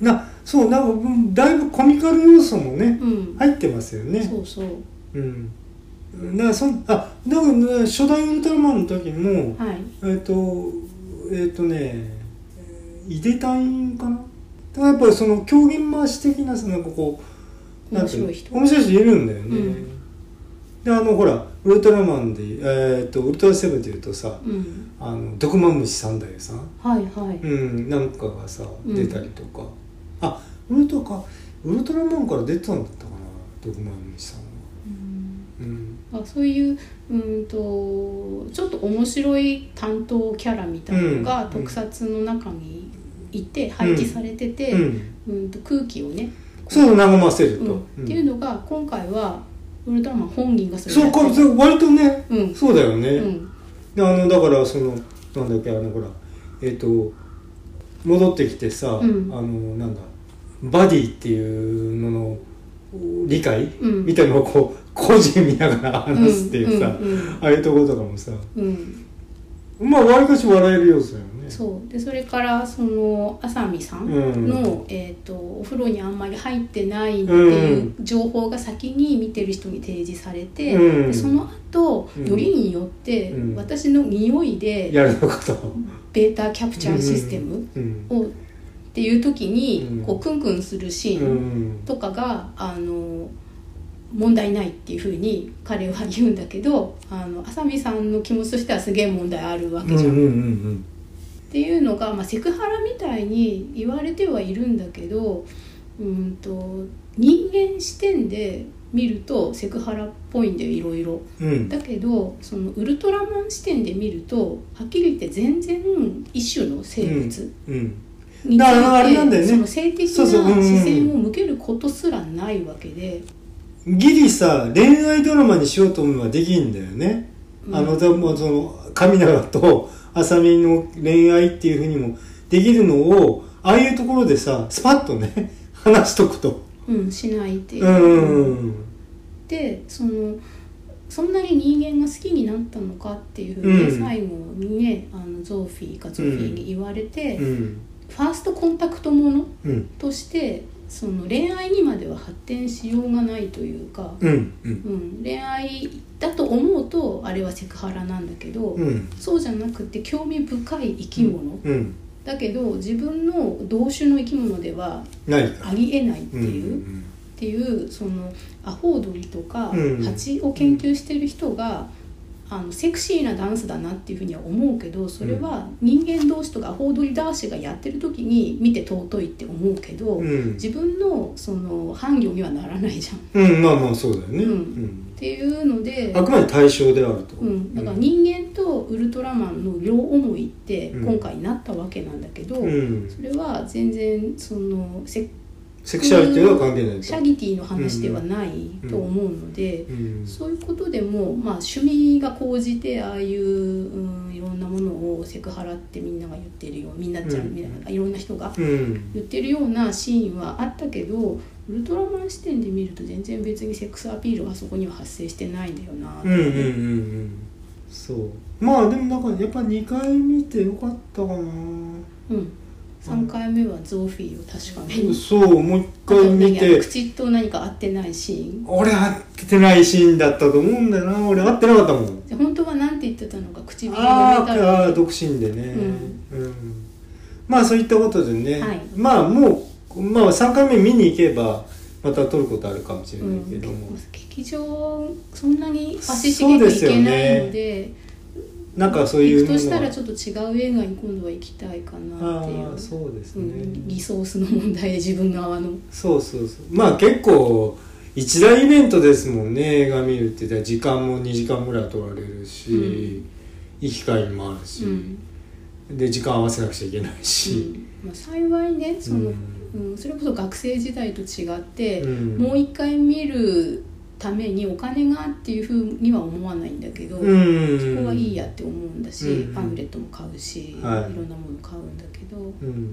[SPEAKER 1] なそうなんかうんだいぶコミカル要素もね
[SPEAKER 2] た、うん
[SPEAKER 1] 入ってますよね
[SPEAKER 2] そうそう
[SPEAKER 1] うんだからそんあだからね初代ウルトラマンの時も
[SPEAKER 2] はい
[SPEAKER 1] えっ、とえっ、とね井出隊員かなだからやっぱりその狂言回し的なそのなんかこう
[SPEAKER 2] 面白い人
[SPEAKER 1] 面白い人いるんだよね、
[SPEAKER 2] うん
[SPEAKER 1] であのほらウルトラマンで、えー、とウルトラセブンでいうとさ
[SPEAKER 2] うん
[SPEAKER 1] あの毒マムシ三代さん、
[SPEAKER 2] はいはい、
[SPEAKER 1] うん、なんかがさ
[SPEAKER 2] うん
[SPEAKER 1] 出たりとか、あウルトラかウルトラマンから出てたんだったかな毒マムシさんは、
[SPEAKER 2] うん
[SPEAKER 1] うん、
[SPEAKER 2] あそういううんとちょっと面白い担当キャラみたいなの
[SPEAKER 1] う
[SPEAKER 2] が
[SPEAKER 1] ん
[SPEAKER 2] 特撮の中にいて配置されてて、
[SPEAKER 1] う
[SPEAKER 2] うん
[SPEAKER 1] ん、
[SPEAKER 2] と空気をね、
[SPEAKER 1] それを和ませると、
[SPEAKER 2] うん
[SPEAKER 1] うん
[SPEAKER 2] っていうのが今回はウルトラマン本人がそれ
[SPEAKER 1] そう
[SPEAKER 2] や
[SPEAKER 1] か
[SPEAKER 2] って
[SPEAKER 1] そ
[SPEAKER 2] る
[SPEAKER 1] う割とね
[SPEAKER 2] うん
[SPEAKER 1] そうだよね、
[SPEAKER 2] うん
[SPEAKER 1] であのだからそのなんだっけあのほらえっ、と戻ってきてさ、
[SPEAKER 2] うん
[SPEAKER 1] あのなんだバディっていうのの理解、
[SPEAKER 2] うん
[SPEAKER 1] みたいのをこう個人見ながら話すっていうさ、
[SPEAKER 2] うんうん
[SPEAKER 1] ああいうところとかもさ
[SPEAKER 2] うんうん
[SPEAKER 1] まあわりかし笑える要素だよね
[SPEAKER 2] そうでそれからそのあさみさんの、
[SPEAKER 1] うん
[SPEAKER 2] えー、とお風呂にあんまり入ってないっていう情報が先に見てる人に提示されて、
[SPEAKER 1] うん
[SPEAKER 2] でその後、
[SPEAKER 1] うん
[SPEAKER 2] よりによって、
[SPEAKER 1] うん
[SPEAKER 2] 私の匂いで
[SPEAKER 1] やるのことを
[SPEAKER 2] ベータキャプチャーシステム
[SPEAKER 1] うん
[SPEAKER 2] を、っていう時に、
[SPEAKER 1] うん
[SPEAKER 2] こうクンクンするシ
[SPEAKER 1] う
[SPEAKER 2] ーン
[SPEAKER 1] ん
[SPEAKER 2] とかが、あの問題ないっていうふうに彼は言うんだけどあの浅見さんの気持ちとしてはすげえ問題あるわ
[SPEAKER 1] うんう
[SPEAKER 2] け
[SPEAKER 1] ん
[SPEAKER 2] じゃん。
[SPEAKER 1] うんうん
[SPEAKER 2] っていうのが、まあ、セクハラみたいに言われてはいるんだけどうんと人間視点で見るとセクハラっぽいんだよいろいろ。
[SPEAKER 1] うん
[SPEAKER 2] だけどそのウルトラマン視点で見るとはっきり言って全然一種の生物
[SPEAKER 1] うん
[SPEAKER 2] につ
[SPEAKER 1] だからあれなん
[SPEAKER 2] い
[SPEAKER 1] だよ
[SPEAKER 2] て
[SPEAKER 1] ね
[SPEAKER 2] その性的
[SPEAKER 1] そう
[SPEAKER 2] な
[SPEAKER 1] そううんうん
[SPEAKER 2] 視線を向けることすらないわけで。
[SPEAKER 1] ギリさ恋愛ドラマにしようと思えばできんだよね、
[SPEAKER 2] うん
[SPEAKER 1] あのだもうその神永と浅見の恋愛っていうふうにもできるのをああいうところでさスパッとね 話しとくと
[SPEAKER 2] うん、しないっていう
[SPEAKER 1] う、ん
[SPEAKER 2] でそのそんなに人間が好きになったのかっていうふうに、
[SPEAKER 1] うん
[SPEAKER 2] 最後にねあのゾーフィーかゾフィーに言われて、
[SPEAKER 1] う
[SPEAKER 2] フ
[SPEAKER 1] ん
[SPEAKER 2] ァーストコンタクトもの
[SPEAKER 1] うん
[SPEAKER 2] としてその恋愛にまでは発展しようがないというか、
[SPEAKER 1] うんうん
[SPEAKER 2] うん、恋愛だと思うとあれはセクハラなんだけど、
[SPEAKER 1] うん
[SPEAKER 2] そうじゃなくて興味深い生き物、
[SPEAKER 1] うん
[SPEAKER 2] だけど自分の同種の生き物では
[SPEAKER 1] ないか
[SPEAKER 2] ありえないって
[SPEAKER 1] うんう
[SPEAKER 2] いう。
[SPEAKER 1] ん
[SPEAKER 2] っていうそのアホウドリとか、
[SPEAKER 1] うん
[SPEAKER 2] 蜂を研究してる人があのセクシーなダンスだなっていうふうには思うけどそれは人間同士とかアホウドリ男子がやってる時に見て尊いって思うけど、
[SPEAKER 1] うん
[SPEAKER 2] 自分のその伴侶にはならないじゃんっ
[SPEAKER 1] うんまあまあそうだよね、
[SPEAKER 2] うん
[SPEAKER 1] うん
[SPEAKER 2] ていうので
[SPEAKER 1] あ。くまで対象であると、
[SPEAKER 2] うん、だから人間とウルトラマンの両思いって
[SPEAKER 1] うん
[SPEAKER 2] 今回なったわけなんだけど、
[SPEAKER 1] うん
[SPEAKER 2] それは全然そのセ
[SPEAKER 1] セクシャリティは関係ない
[SPEAKER 2] シャ
[SPEAKER 1] と、
[SPEAKER 2] リティの話ではないと思うので、
[SPEAKER 1] うん
[SPEAKER 2] そういうことでも、まあ、趣味が高じてああいう、うん、いろんなものをセクハラってみんなが言ってるよみんなちゃ
[SPEAKER 1] うんん
[SPEAKER 2] みんな、いろんな人が
[SPEAKER 1] うん
[SPEAKER 2] 言ってるようなシーンはあったけどウルトラマン視点で見ると全然別にセックスアピールはそこには発生してないんだよな、
[SPEAKER 1] うんうんうんうんそうまあでもなんかやっぱ2回見てよかったかな
[SPEAKER 2] うん、3回目はゾーフィーを確かめに
[SPEAKER 1] そうもう一回見
[SPEAKER 2] あと何
[SPEAKER 1] て
[SPEAKER 2] か口と何か合ってないシー ン
[SPEAKER 1] 俺合ってないシーンだったと思うんだよな俺合ってなかったもん
[SPEAKER 2] で本当は何て言ってたのか唇が
[SPEAKER 1] あ
[SPEAKER 2] 見たら
[SPEAKER 1] あー独身でね、うんまあそういったことでね、
[SPEAKER 2] はい
[SPEAKER 1] まあもう、まあ、3回目見に行けばまた撮ることあるかもしれ
[SPEAKER 2] う
[SPEAKER 1] ない
[SPEAKER 2] ん、
[SPEAKER 1] け
[SPEAKER 2] 結
[SPEAKER 1] ども、
[SPEAKER 2] 構劇場そんなに足しげくいけないので
[SPEAKER 1] そうなんかそういう
[SPEAKER 2] 行くとしたら
[SPEAKER 1] ょ
[SPEAKER 2] ちょっと違う映画に今度は行きたいかなっていう
[SPEAKER 1] ああそうです
[SPEAKER 2] う
[SPEAKER 1] ね、
[SPEAKER 2] ん、リソースの問題で自分側の
[SPEAKER 1] そうそうそうまあ結構一大イベントですもんね映画見るって言ったら時間も2時間ぐらい取られるし、
[SPEAKER 2] うん
[SPEAKER 1] いい機会もあるし、で時間合わせなくちゃいけないし、
[SPEAKER 2] うんまあ、幸いねその、
[SPEAKER 1] う
[SPEAKER 2] うんんそれこそ学生時代と違って、
[SPEAKER 1] うん
[SPEAKER 2] もう一回見るためにお金がっていうふうには思わないんだけど、
[SPEAKER 1] うん
[SPEAKER 2] そこはいいやって思うんだし、
[SPEAKER 1] うん
[SPEAKER 2] パンフレットも買うし、
[SPEAKER 1] はい
[SPEAKER 2] いろんなもの買うんだけど
[SPEAKER 1] うん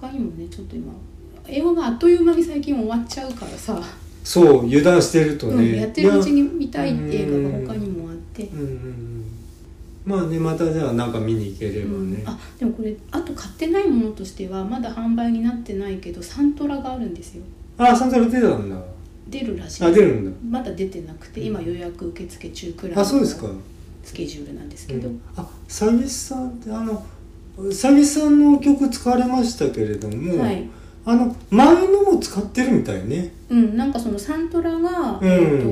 [SPEAKER 2] 他にもねちょっと今英語があっという間に最近終わっちゃうからさ、
[SPEAKER 1] そう油断してるとね、
[SPEAKER 2] うん、やってるうち
[SPEAKER 1] い
[SPEAKER 2] に
[SPEAKER 1] や
[SPEAKER 2] 見たいって映画が他にもあって、
[SPEAKER 1] うんうんうんまあねまたじゃあなんか見に行ければね、
[SPEAKER 2] うんあでもこれあと買ってないものとしてはまだ販売になってないけどサントラがあるんですよ
[SPEAKER 1] あサンタル出たんだ
[SPEAKER 2] 出るらしい
[SPEAKER 1] あ出るんだ
[SPEAKER 2] まだ出てなくて今予約受付中くらい
[SPEAKER 1] あそうですか、
[SPEAKER 2] のスケジュールなんですけど、
[SPEAKER 1] うんあさぎさんってあのさぎさんの曲使われましたけれども、
[SPEAKER 2] はい
[SPEAKER 1] あの前のも使ってるみたいね
[SPEAKER 2] うん、なんかそのサントラが、
[SPEAKER 1] うん
[SPEAKER 2] えー、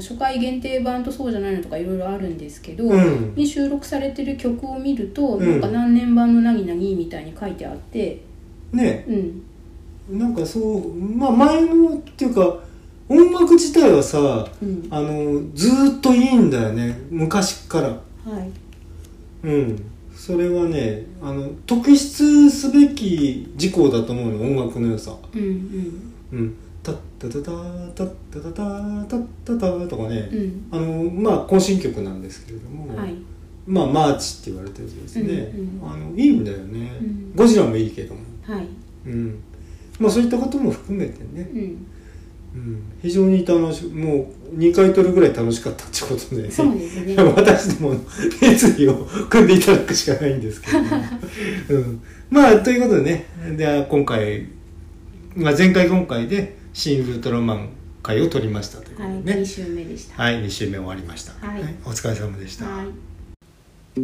[SPEAKER 2] と初回限定版とそうじゃないのとかいろいろあるんですけど、
[SPEAKER 1] うん
[SPEAKER 2] に収録されてる曲を見ると、
[SPEAKER 1] うん
[SPEAKER 2] なんか何年版の「なぎなぎ」みたいに書いてあって、
[SPEAKER 1] ね
[SPEAKER 2] うん、
[SPEAKER 1] なんかそうまあ前のっていうか音楽自体はさ
[SPEAKER 2] うん
[SPEAKER 1] あのずーっといいんだよね昔から
[SPEAKER 2] はい、
[SPEAKER 1] うんそれはねあの特筆すべき事項だと思うの音楽の良さ
[SPEAKER 2] うんうん
[SPEAKER 1] うん「タッタタタタッタタタタッタタ」とか
[SPEAKER 2] う
[SPEAKER 1] ね、
[SPEAKER 2] ん、
[SPEAKER 1] あのまあ更新曲なんですけれども、
[SPEAKER 2] はい、
[SPEAKER 1] まあマーチって言われてるやつですね、
[SPEAKER 2] うんうん
[SPEAKER 1] あのいいんだよね、
[SPEAKER 2] うん
[SPEAKER 1] ゴジラもいいけども
[SPEAKER 2] はい、
[SPEAKER 1] うん、まあそういったことも含めてね、
[SPEAKER 2] うん、
[SPEAKER 1] うん、非常に楽しもう2回撮るぐらい楽しかったってことで、
[SPEAKER 2] そうですね
[SPEAKER 1] 私どもの熱意を組んでいただくしかないんですけど、 うん、まあということでねで今回、まあ、前回今回で「新ウルトラマン」回を撮りましたというこ
[SPEAKER 2] は
[SPEAKER 1] と
[SPEAKER 2] い、
[SPEAKER 1] で
[SPEAKER 2] 2
[SPEAKER 1] ね
[SPEAKER 2] 週目でした。
[SPEAKER 1] はい、二2週目終わりました、
[SPEAKER 2] はい
[SPEAKER 1] お疲れ様でした、
[SPEAKER 2] はい